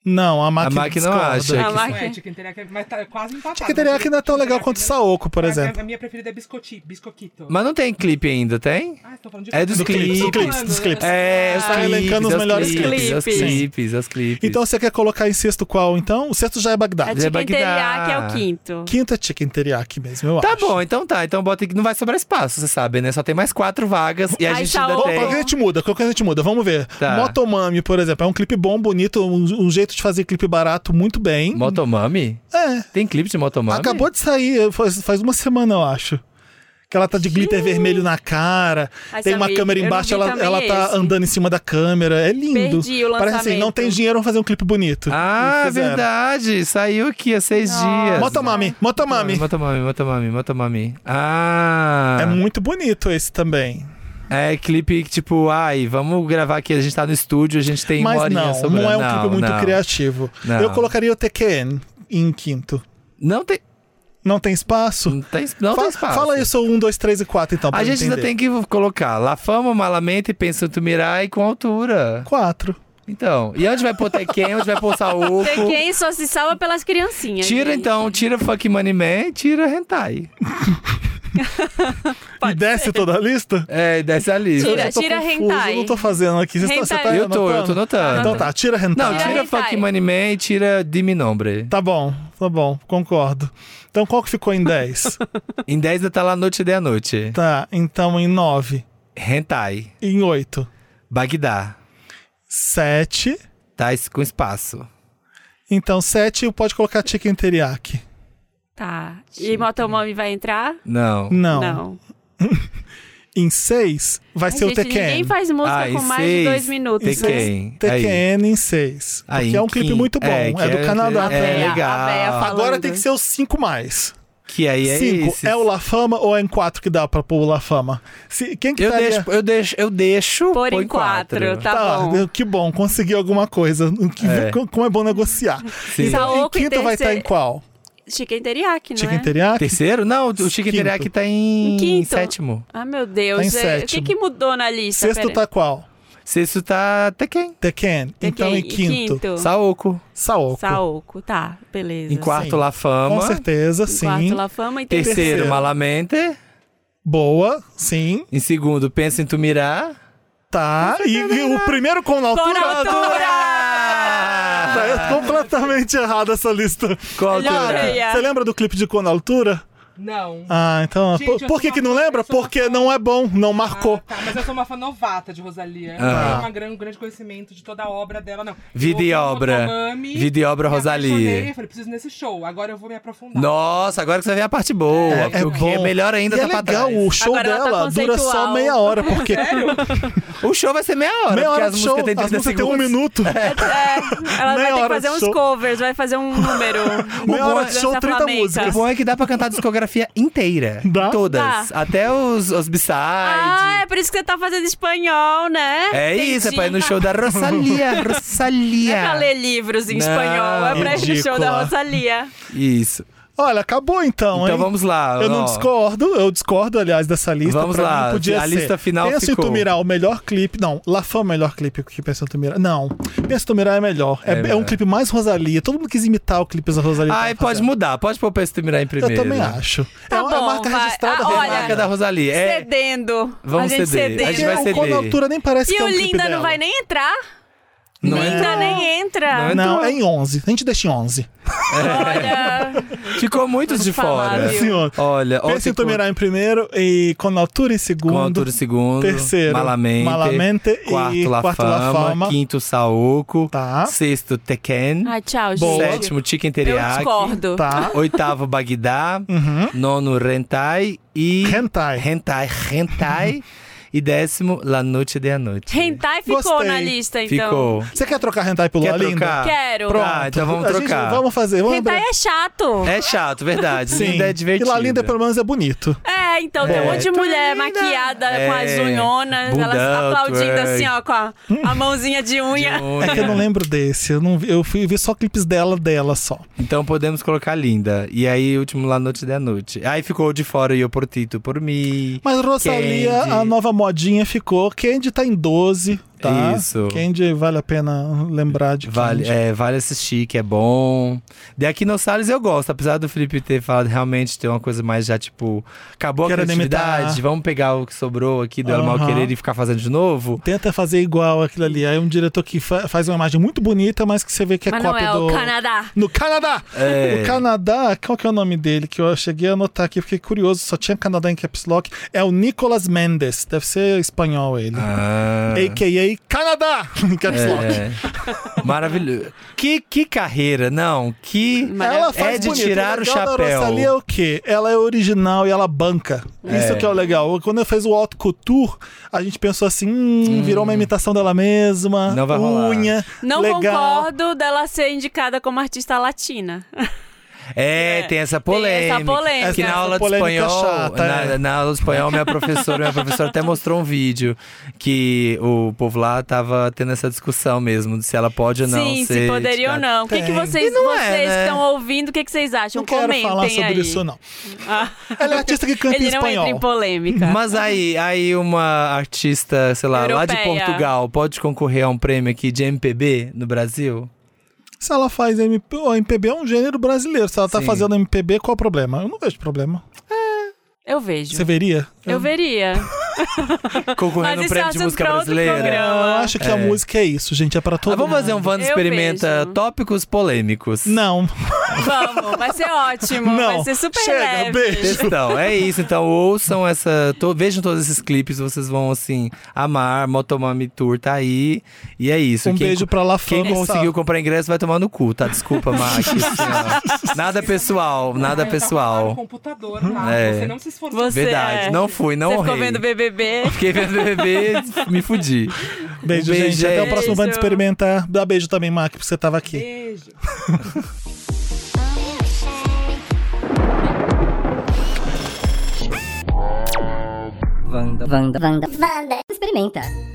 [SPEAKER 3] Não, a Mac,
[SPEAKER 2] A Mac não
[SPEAKER 3] discorda.
[SPEAKER 2] acha.
[SPEAKER 4] A
[SPEAKER 2] que-
[SPEAKER 4] Mac-
[SPEAKER 5] Não é Chicken Teriyaki, mas tá quase empatado.
[SPEAKER 3] Chicken Teriyaki não é tão legal quanto o Saoko, por
[SPEAKER 5] A-
[SPEAKER 3] exemplo.
[SPEAKER 5] A minha preferida é biscoti, biscoquito.
[SPEAKER 2] Mas não tem clipe ainda, tem?
[SPEAKER 5] Ah, tô falando de
[SPEAKER 2] É dos
[SPEAKER 5] Eu tô
[SPEAKER 2] clipes,
[SPEAKER 5] falando, né?
[SPEAKER 3] clipes,
[SPEAKER 5] eu
[SPEAKER 3] dos
[SPEAKER 5] tô-
[SPEAKER 3] clipes.
[SPEAKER 2] É, os
[SPEAKER 4] Ah,
[SPEAKER 2] clipes,
[SPEAKER 3] elencando os
[SPEAKER 2] os
[SPEAKER 3] melhores
[SPEAKER 4] clipes.
[SPEAKER 2] Os
[SPEAKER 4] Sim.
[SPEAKER 2] clipes, os clipes.
[SPEAKER 3] Então, você quer colocar em sexto qual, então? O sexto já é Bagdá.
[SPEAKER 4] É
[SPEAKER 2] Já é
[SPEAKER 4] Chicken
[SPEAKER 2] Bagdá.
[SPEAKER 4] Teriyaki é o quinto.
[SPEAKER 3] Quinto é Chicken Teriyaki mesmo, eu
[SPEAKER 2] Tá
[SPEAKER 3] acho.
[SPEAKER 2] bom, então tá. Então bota que não vai sobrar espaço, você sabe, né? Só tem mais quatro vagas e a
[SPEAKER 4] Ai,
[SPEAKER 2] gente ainda
[SPEAKER 4] Saoko.
[SPEAKER 3] Qual que a
[SPEAKER 2] tem.
[SPEAKER 3] gente muda? Qual que a gente muda? Vamos ver.
[SPEAKER 2] É. Tá.
[SPEAKER 3] Motomami, por exemplo, é um clipe bom, bonito, um, um jeito de fazer clipe barato muito bem.
[SPEAKER 2] Motomami?
[SPEAKER 3] é.
[SPEAKER 2] Tem clipe de Motomami?
[SPEAKER 3] Acabou de sair, faz, faz uma semana, eu acho. Que ela tá de glitter vermelho na cara,
[SPEAKER 4] Ai,
[SPEAKER 3] tem uma
[SPEAKER 4] Samir,
[SPEAKER 3] câmera
[SPEAKER 4] eu não
[SPEAKER 3] embaixo,
[SPEAKER 4] vi
[SPEAKER 3] ela,
[SPEAKER 4] também
[SPEAKER 3] ela tá
[SPEAKER 4] esse.
[SPEAKER 3] andando em cima da câmera. É lindo.
[SPEAKER 4] Perdi o
[SPEAKER 3] Parece assim,
[SPEAKER 4] lançamento.
[SPEAKER 3] não tem dinheiro, vamos fazer um clipe bonito.
[SPEAKER 2] Ah,
[SPEAKER 3] E fizeram.
[SPEAKER 2] verdade. Saiu aqui há seis dias.
[SPEAKER 3] Motomami, Motomami.
[SPEAKER 2] Motomami, Motomami, Motomami. Ah.
[SPEAKER 3] É muito bonito esse também.
[SPEAKER 2] É clipe que, tipo, ai, vamos gravar aqui. A gente tá no estúdio, a gente tem uma
[SPEAKER 3] Mas
[SPEAKER 2] horinha
[SPEAKER 3] não,
[SPEAKER 2] sobrando.
[SPEAKER 3] não é um clipe muito
[SPEAKER 2] não.
[SPEAKER 3] criativo.
[SPEAKER 2] Não.
[SPEAKER 3] Eu colocaria o TQN em quinto.
[SPEAKER 2] Não tem,
[SPEAKER 3] Não tem espaço?
[SPEAKER 2] não tem, não
[SPEAKER 3] Fa-
[SPEAKER 2] tem espaço.
[SPEAKER 3] Fala isso, um, dois, três e quatro, então. pra
[SPEAKER 2] A
[SPEAKER 3] eu
[SPEAKER 2] gente ainda
[SPEAKER 3] entender.
[SPEAKER 2] tem que colocar La Fama, Malamente, Pensanto Mirai com altura.
[SPEAKER 3] Quatro.
[SPEAKER 2] Então, e onde vai pôr Tekken, onde vai pôr Saúco?
[SPEAKER 4] Tekken só se salva pelas criancinhas.
[SPEAKER 2] Tira
[SPEAKER 4] gente.
[SPEAKER 2] então, tira Fuck Money Man, tira Hentai.
[SPEAKER 3] e desce toda a lista?
[SPEAKER 2] É, desce a lista.
[SPEAKER 4] Tira,
[SPEAKER 3] eu já tô
[SPEAKER 4] tira
[SPEAKER 3] confuso,
[SPEAKER 4] hentai.
[SPEAKER 3] Eu não tô fazendo aqui. Você tá, você
[SPEAKER 4] Hentai.
[SPEAKER 3] tá
[SPEAKER 2] Eu tô, eu tô notando.
[SPEAKER 3] Então tá, tira hentai.
[SPEAKER 2] Não, tira
[SPEAKER 4] Hentai.
[SPEAKER 2] Fuck Money Man e tira Dimi Nombre.
[SPEAKER 3] Tá bom, tá bom, concordo. Então qual que ficou em 10?
[SPEAKER 2] Em 10 ainda tá lá Noite de a Noite.
[SPEAKER 3] tá, então em 9,
[SPEAKER 2] Hentai,
[SPEAKER 3] em 8,
[SPEAKER 2] Bagdá,
[SPEAKER 3] 7.
[SPEAKER 2] tá es- com espaço.
[SPEAKER 3] Então 7 pode colocar chicken teriyaki.
[SPEAKER 4] Tá. E Motomami vai entrar?
[SPEAKER 2] Não.
[SPEAKER 3] Não.
[SPEAKER 4] Não.
[SPEAKER 3] Em 6 vai
[SPEAKER 4] Ai,
[SPEAKER 3] ser o
[SPEAKER 4] gente, ninguém
[SPEAKER 3] Tekken.
[SPEAKER 4] faz música
[SPEAKER 2] Ah, em
[SPEAKER 4] com mais de
[SPEAKER 2] seis,
[SPEAKER 4] dois minutos. né?
[SPEAKER 2] Tekken. Aí.
[SPEAKER 3] Tekken em 6.
[SPEAKER 2] Aí,
[SPEAKER 3] Porque é um clipe
[SPEAKER 2] quin-
[SPEAKER 3] muito bom, é,
[SPEAKER 2] que
[SPEAKER 3] do Canadá.
[SPEAKER 2] É,
[SPEAKER 4] A véia, a
[SPEAKER 2] legal.
[SPEAKER 4] véia fala-
[SPEAKER 3] Agora
[SPEAKER 4] falando.
[SPEAKER 3] tem que ser os 5 mais.
[SPEAKER 2] Que aí é
[SPEAKER 3] 5
[SPEAKER 2] esse.
[SPEAKER 3] é o La Fama ou é em 4 que dá pra pôr o La Fama? Se, quem que
[SPEAKER 2] Eu
[SPEAKER 3] tá
[SPEAKER 2] deixo, eu deixo, eu deixo.
[SPEAKER 4] Por
[SPEAKER 2] põe
[SPEAKER 4] em quatro, tá,
[SPEAKER 3] Tá,
[SPEAKER 4] bom.
[SPEAKER 3] que bom, consegui alguma coisa. Que,
[SPEAKER 2] É.
[SPEAKER 3] co- Como é bom negociar.
[SPEAKER 2] Sim.
[SPEAKER 3] Então, em
[SPEAKER 4] Saoko e
[SPEAKER 3] quinto vai estar
[SPEAKER 4] terceiro-
[SPEAKER 3] em qual?
[SPEAKER 4] Chicken Teriyaki, não
[SPEAKER 3] Chicken
[SPEAKER 4] é?
[SPEAKER 3] Teriyaki?
[SPEAKER 2] Terceiro? Não, o Chique Teriyaki tá em
[SPEAKER 4] Quinto.
[SPEAKER 2] sétimo.
[SPEAKER 4] Ah, meu
[SPEAKER 3] Tá em
[SPEAKER 4] Deus. é, o que,
[SPEAKER 3] sétimo.
[SPEAKER 4] que mudou na lista?
[SPEAKER 3] Sexto
[SPEAKER 4] Pera-
[SPEAKER 3] tá qual?
[SPEAKER 2] Sexto tá até quem?
[SPEAKER 3] Tekken. Então, em quinto,
[SPEAKER 2] Saoko.
[SPEAKER 3] Saoko.
[SPEAKER 4] Saoko, tá, beleza.
[SPEAKER 2] Em quarto,
[SPEAKER 3] Sim.
[SPEAKER 2] La Fama.
[SPEAKER 3] Com certeza,
[SPEAKER 4] Em
[SPEAKER 3] sim.
[SPEAKER 4] quarto, La Fama. E tem
[SPEAKER 2] Terceiro,
[SPEAKER 3] Terceiro.
[SPEAKER 2] Malamente.
[SPEAKER 3] Boa, sim.
[SPEAKER 2] Em segundo, Pensa em Tu Mirar.
[SPEAKER 3] Tá. E, e o primeiro com na altura.
[SPEAKER 4] Fora a
[SPEAKER 3] Tá, é completamente errada essa lista.
[SPEAKER 2] Qual
[SPEAKER 4] Ah! Melhor
[SPEAKER 2] altura?
[SPEAKER 4] aí. é. Yeah.
[SPEAKER 3] Você lembra do clipe de Quando a Altura?
[SPEAKER 5] Não.
[SPEAKER 3] Ah, então.
[SPEAKER 5] Gente,
[SPEAKER 3] por-
[SPEAKER 5] eu
[SPEAKER 2] assim,
[SPEAKER 5] sou
[SPEAKER 3] por que,
[SPEAKER 5] uma
[SPEAKER 3] que não
[SPEAKER 5] fã,
[SPEAKER 3] lembra?
[SPEAKER 5] eu sou uma
[SPEAKER 3] Porque
[SPEAKER 5] fã.
[SPEAKER 3] não é bom, não marcou.
[SPEAKER 5] Ah, tá, mas eu sou uma fã novata de Rosalia. Eu
[SPEAKER 2] Ah.
[SPEAKER 5] não tenho uma gran- um grande conhecimento de toda a obra dela, não.
[SPEAKER 2] Vida
[SPEAKER 5] Eu
[SPEAKER 2] e
[SPEAKER 5] ouvi
[SPEAKER 2] obra.
[SPEAKER 5] Motomami,
[SPEAKER 2] Vida e obra
[SPEAKER 5] me
[SPEAKER 2] Rosalia.
[SPEAKER 5] apaixonei, Eu falei, preciso ir nesse show. Agora eu vou me aprofundar.
[SPEAKER 2] Nossa, agora que você vê a parte boa.
[SPEAKER 3] É,
[SPEAKER 2] porque o que é
[SPEAKER 3] bom.
[SPEAKER 2] melhor ainda
[SPEAKER 3] E
[SPEAKER 2] tá
[SPEAKER 3] é
[SPEAKER 2] pra
[SPEAKER 3] legal,
[SPEAKER 2] trás.
[SPEAKER 3] o show
[SPEAKER 4] Agora ela tá
[SPEAKER 3] dela dura só
[SPEAKER 4] conceitual.
[SPEAKER 3] meia hora, porque
[SPEAKER 5] Sério?
[SPEAKER 2] O show vai ser meia hora,
[SPEAKER 3] meia
[SPEAKER 2] porque
[SPEAKER 3] hora
[SPEAKER 2] as
[SPEAKER 3] de
[SPEAKER 2] músicas
[SPEAKER 3] show,
[SPEAKER 2] têm
[SPEAKER 3] as
[SPEAKER 2] 30
[SPEAKER 3] músicas tem
[SPEAKER 2] segundos.
[SPEAKER 3] um minuto.
[SPEAKER 4] É,
[SPEAKER 3] Meia
[SPEAKER 4] ela vai ter que
[SPEAKER 3] hora
[SPEAKER 4] fazer
[SPEAKER 3] de
[SPEAKER 4] uns
[SPEAKER 3] show.
[SPEAKER 4] covers, vai fazer um número.
[SPEAKER 3] Meia hora de
[SPEAKER 4] Dança
[SPEAKER 3] show, 30
[SPEAKER 4] flamenca.
[SPEAKER 2] O
[SPEAKER 3] músicas.
[SPEAKER 2] bom é que dá pra cantar a discografia inteira.
[SPEAKER 3] Dá?
[SPEAKER 2] Todas. Até os, os b-sides.
[SPEAKER 4] Ah, é por isso que você tá fazendo espanhol, né?
[SPEAKER 2] é isso, é pra ir no show da Rosalia. Rosalia.
[SPEAKER 4] Não é pra ler livros
[SPEAKER 2] Não,
[SPEAKER 4] em espanhol, é pra ir no show
[SPEAKER 3] ridícula.
[SPEAKER 4] da Rosalia.
[SPEAKER 2] Isso.
[SPEAKER 3] Olha, acabou então,
[SPEAKER 2] Então
[SPEAKER 3] hein?
[SPEAKER 2] vamos lá.
[SPEAKER 3] Eu não
[SPEAKER 2] ó.
[SPEAKER 3] discordo, eu discordo, aliás, dessa lista.
[SPEAKER 2] Vamos
[SPEAKER 3] Pra mim,
[SPEAKER 2] lá,
[SPEAKER 3] podia
[SPEAKER 2] a
[SPEAKER 3] ser.
[SPEAKER 2] lista final
[SPEAKER 3] Pensa
[SPEAKER 2] ficou.
[SPEAKER 3] em Tumirá, o melhor clipe. Não, La Fama é o melhor clipe que Pensa em Tumirá. Não, Pensa em Tumirá é melhor. É,
[SPEAKER 2] É,
[SPEAKER 3] é
[SPEAKER 2] melhor.
[SPEAKER 3] um clipe mais Rosalia. Todo mundo quis imitar o clipe da Rosalia.
[SPEAKER 2] Ai,
[SPEAKER 3] que tava
[SPEAKER 2] pode
[SPEAKER 3] fazendo.
[SPEAKER 2] mudar. Pode pôr o Pensa em Tu Mirar em primeiro.
[SPEAKER 3] Eu também acho.
[SPEAKER 4] Tá
[SPEAKER 3] é uma é
[SPEAKER 4] bom,
[SPEAKER 3] marca
[SPEAKER 4] vai.
[SPEAKER 3] registrada
[SPEAKER 4] Ah,
[SPEAKER 2] É
[SPEAKER 3] da
[SPEAKER 2] a
[SPEAKER 4] olha,
[SPEAKER 2] marca da Rosalia. É,
[SPEAKER 4] Cedendo.
[SPEAKER 2] Vamos
[SPEAKER 4] a gente
[SPEAKER 2] ceder, a
[SPEAKER 4] cedendo.
[SPEAKER 2] gente vai
[SPEAKER 3] Porque
[SPEAKER 2] ceder.
[SPEAKER 3] na altura nem parece
[SPEAKER 4] E
[SPEAKER 3] que é
[SPEAKER 4] o
[SPEAKER 3] um clipe
[SPEAKER 4] Linda não
[SPEAKER 3] dela.
[SPEAKER 4] vai nem entrar.
[SPEAKER 2] Não é?
[SPEAKER 4] Linda
[SPEAKER 2] entra.
[SPEAKER 4] nem
[SPEAKER 2] Não
[SPEAKER 4] entra.
[SPEAKER 2] entra.
[SPEAKER 3] Não, é em 11. A gente deixa em 11.
[SPEAKER 4] Olha,
[SPEAKER 2] ficou muitos de
[SPEAKER 4] Vamos falar,
[SPEAKER 2] fora.
[SPEAKER 4] viu?
[SPEAKER 3] Senhor.
[SPEAKER 2] Olha, olha.
[SPEAKER 3] Pensa em Tumirá em primeiro e com altura em segundo.
[SPEAKER 2] Com altura é em segundo.
[SPEAKER 3] Terceiro,
[SPEAKER 2] Malamente.
[SPEAKER 3] Malamente e
[SPEAKER 2] Quarto, La,
[SPEAKER 3] Quarto, La
[SPEAKER 2] Fama,
[SPEAKER 3] Fama.
[SPEAKER 2] Quinto, Saoko.
[SPEAKER 3] Tá.
[SPEAKER 2] Sexto, Tekken.
[SPEAKER 4] Ai, tchau, gente.
[SPEAKER 3] Boa.
[SPEAKER 2] Sétimo, Chicken
[SPEAKER 4] Eu
[SPEAKER 2] Teriyaki.
[SPEAKER 4] discordo.
[SPEAKER 3] Tá.
[SPEAKER 2] Oitavo, Bagdá.
[SPEAKER 3] Uhum.
[SPEAKER 2] Nono, Rentai. E...
[SPEAKER 3] Hentai.
[SPEAKER 2] Hentai. Hentai. e décimo, La Noite de a Noite.
[SPEAKER 4] Hentai ficou
[SPEAKER 3] Gostei.
[SPEAKER 4] na lista, então.
[SPEAKER 2] Ficou.
[SPEAKER 3] Você quer trocar Hentai pelo
[SPEAKER 2] Quer
[SPEAKER 3] La Linda?
[SPEAKER 2] trocar?
[SPEAKER 4] Quero.
[SPEAKER 2] Pronto. Ah, então vamos
[SPEAKER 3] A gente-
[SPEAKER 2] trocar.
[SPEAKER 3] vamos fazer. Vamos abrir-
[SPEAKER 4] Hentai é chato.
[SPEAKER 2] É chato, verdade. Linda é divertido.
[SPEAKER 3] E La Linda, pelo menos, é bonito.
[SPEAKER 4] É, então tem
[SPEAKER 2] É.
[SPEAKER 4] um monte de mulher
[SPEAKER 2] Linda.
[SPEAKER 4] maquiada com as
[SPEAKER 2] É.
[SPEAKER 4] unhonas, elas
[SPEAKER 2] Bundão,
[SPEAKER 4] aplaudindo
[SPEAKER 2] twerk. um-
[SPEAKER 4] assim, ó, com a, a mãozinha de unha.
[SPEAKER 3] É que eu não lembro desse. Eu, não vi, eu fui ver só clipes dela, dela só.
[SPEAKER 2] Então podemos colocar linda. E aí, último lá noite da noite. Aí ficou de fora e eu por Tito por mim.
[SPEAKER 3] Mas Rosalia,
[SPEAKER 2] Candy.
[SPEAKER 3] a nova modinha ficou. Candy tá em 12, tá?
[SPEAKER 2] Isso.
[SPEAKER 3] Candy vale a pena lembrar de
[SPEAKER 2] Vale,
[SPEAKER 3] Candy.
[SPEAKER 2] é, vale assistir, que é bom. De aqui no Salles eu gosto, apesar do Felipe ter falado realmente ter uma coisa mais já, tipo, acabou a
[SPEAKER 3] Quero
[SPEAKER 2] criatividade,
[SPEAKER 3] imitar.
[SPEAKER 2] vamos pegar o que sobrou aqui do El Mal
[SPEAKER 3] Aham.
[SPEAKER 2] Querer e ficar fazendo de novo.
[SPEAKER 3] Tenta fazer igual aquilo ali. Aí um diretor que fa- faz uma imagem muito bonita, mas que você vê que é
[SPEAKER 4] Mas não
[SPEAKER 3] cópia
[SPEAKER 4] é
[SPEAKER 3] do.
[SPEAKER 4] o Canadá.
[SPEAKER 3] No Canadá!
[SPEAKER 2] É.
[SPEAKER 3] O Canadá, qual que é o nome dele? Que eu cheguei a anotar aqui, fiquei curioso, só tinha Canadá em caps lock. É o Nicolas Mendes, deve ser espanhol ele.
[SPEAKER 2] Ah,
[SPEAKER 3] AKA Canadá em caps lock.
[SPEAKER 2] é. Maravilhoso. Que, que carreira, não. Que.
[SPEAKER 3] Ela faz
[SPEAKER 2] é de
[SPEAKER 3] bonito. né?
[SPEAKER 2] tirar o
[SPEAKER 3] legal da
[SPEAKER 2] chapéu.
[SPEAKER 3] Rosalía é o quê? Ela é original e ela banca. Isso que é o legal. Quando eu fiz o Haute Couture, a gente pensou assim, hum, virou uma imitação dela mesma,
[SPEAKER 2] Não vai rolar.
[SPEAKER 3] unha,
[SPEAKER 4] Não
[SPEAKER 3] legal.
[SPEAKER 4] concordo dela ser indicada como artista latina.
[SPEAKER 2] É,
[SPEAKER 4] É,
[SPEAKER 2] tem essa
[SPEAKER 4] tem
[SPEAKER 2] polêmica.
[SPEAKER 4] essa polêmica.
[SPEAKER 2] Que na
[SPEAKER 4] Essa
[SPEAKER 2] aula de
[SPEAKER 3] polêmica
[SPEAKER 2] espanhol,
[SPEAKER 3] chata,
[SPEAKER 2] na,
[SPEAKER 3] é.
[SPEAKER 2] na aula de espanhol, minha professora, minha professora até mostrou um vídeo que o povo lá tava tendo essa discussão mesmo, de se ela pode ou não
[SPEAKER 4] Sim,
[SPEAKER 2] ser
[SPEAKER 4] se poderia ou
[SPEAKER 2] indicada.
[SPEAKER 4] não. O que, que
[SPEAKER 3] Tem.
[SPEAKER 2] E
[SPEAKER 4] vocês,
[SPEAKER 2] não é,
[SPEAKER 4] vocês que
[SPEAKER 2] né?
[SPEAKER 4] estão ouvindo, o que, que vocês acham?
[SPEAKER 3] Não quero
[SPEAKER 4] Comentem
[SPEAKER 3] falar sobre
[SPEAKER 4] aí.
[SPEAKER 3] isso, não.
[SPEAKER 4] Ah.
[SPEAKER 3] Ela é artista que canta
[SPEAKER 4] Ele
[SPEAKER 3] em
[SPEAKER 4] não entra em
[SPEAKER 3] espanhol.
[SPEAKER 4] polêmica.
[SPEAKER 2] Mas aí, aí uma artista, sei lá, lá de
[SPEAKER 4] Europeia.
[SPEAKER 2] Portugal, pode concorrer a um prêmio aqui de MPB no Brasil?
[SPEAKER 3] Se ela faz MP, ó, MPB é um gênero brasileiro. Se ela tá
[SPEAKER 2] Sim.
[SPEAKER 3] fazendo MPB, qual o problema? Eu não vejo problema.
[SPEAKER 4] Eu vejo.
[SPEAKER 3] Você veria?
[SPEAKER 4] Eu veria. Mas
[SPEAKER 2] Concorrendo a um
[SPEAKER 4] isso é
[SPEAKER 2] prêmio de
[SPEAKER 4] assunto
[SPEAKER 2] música
[SPEAKER 4] pra outro
[SPEAKER 2] brasileira?
[SPEAKER 4] programa.
[SPEAKER 3] Eu acho que a
[SPEAKER 2] É.
[SPEAKER 3] música é isso, gente. É pra todo
[SPEAKER 2] Ah, vamos fazer um
[SPEAKER 3] mundo.
[SPEAKER 2] Wanda
[SPEAKER 4] Eu
[SPEAKER 2] Experimenta
[SPEAKER 4] vejo.
[SPEAKER 2] tópicos polêmicos.
[SPEAKER 3] Não.
[SPEAKER 4] Vamos, vai ser ótimo.
[SPEAKER 3] Não.
[SPEAKER 4] Vai ser super
[SPEAKER 3] Chega,
[SPEAKER 4] leve.
[SPEAKER 3] beijo.
[SPEAKER 2] Então, é isso. Então, ouçam essa. to- vejam todos esses clipes, vocês vão, assim, amar. Motomami Tour tá aí. E é isso.
[SPEAKER 3] Um
[SPEAKER 2] Quem-
[SPEAKER 3] beijo pra La Fama. Um
[SPEAKER 2] Quem conseguiu Um comprar ingresso vai tomar no cu, tá? Desculpa, Max. assim, ó. nada pessoal, nada
[SPEAKER 5] Ah, eu tava lá no
[SPEAKER 2] pessoal.
[SPEAKER 5] computador, tá?
[SPEAKER 2] É.
[SPEAKER 5] Você não se esforçou.
[SPEAKER 4] tá Você
[SPEAKER 2] Verdade,
[SPEAKER 4] é.
[SPEAKER 2] não fui, não
[SPEAKER 4] Você ficou
[SPEAKER 2] honrei.
[SPEAKER 4] vendo BBB?
[SPEAKER 2] Fiquei vendo BBB, me fudi.
[SPEAKER 3] Beijo,
[SPEAKER 2] Um beijo,
[SPEAKER 3] gente. Até o
[SPEAKER 2] gente.
[SPEAKER 3] próximo Bando
[SPEAKER 4] Beijo.
[SPEAKER 3] Experimentar. Dá beijo também, Mac, porque você tava aqui.
[SPEAKER 5] um Beijo.
[SPEAKER 1] Vanda. Vanda. Vanda. Experimenta.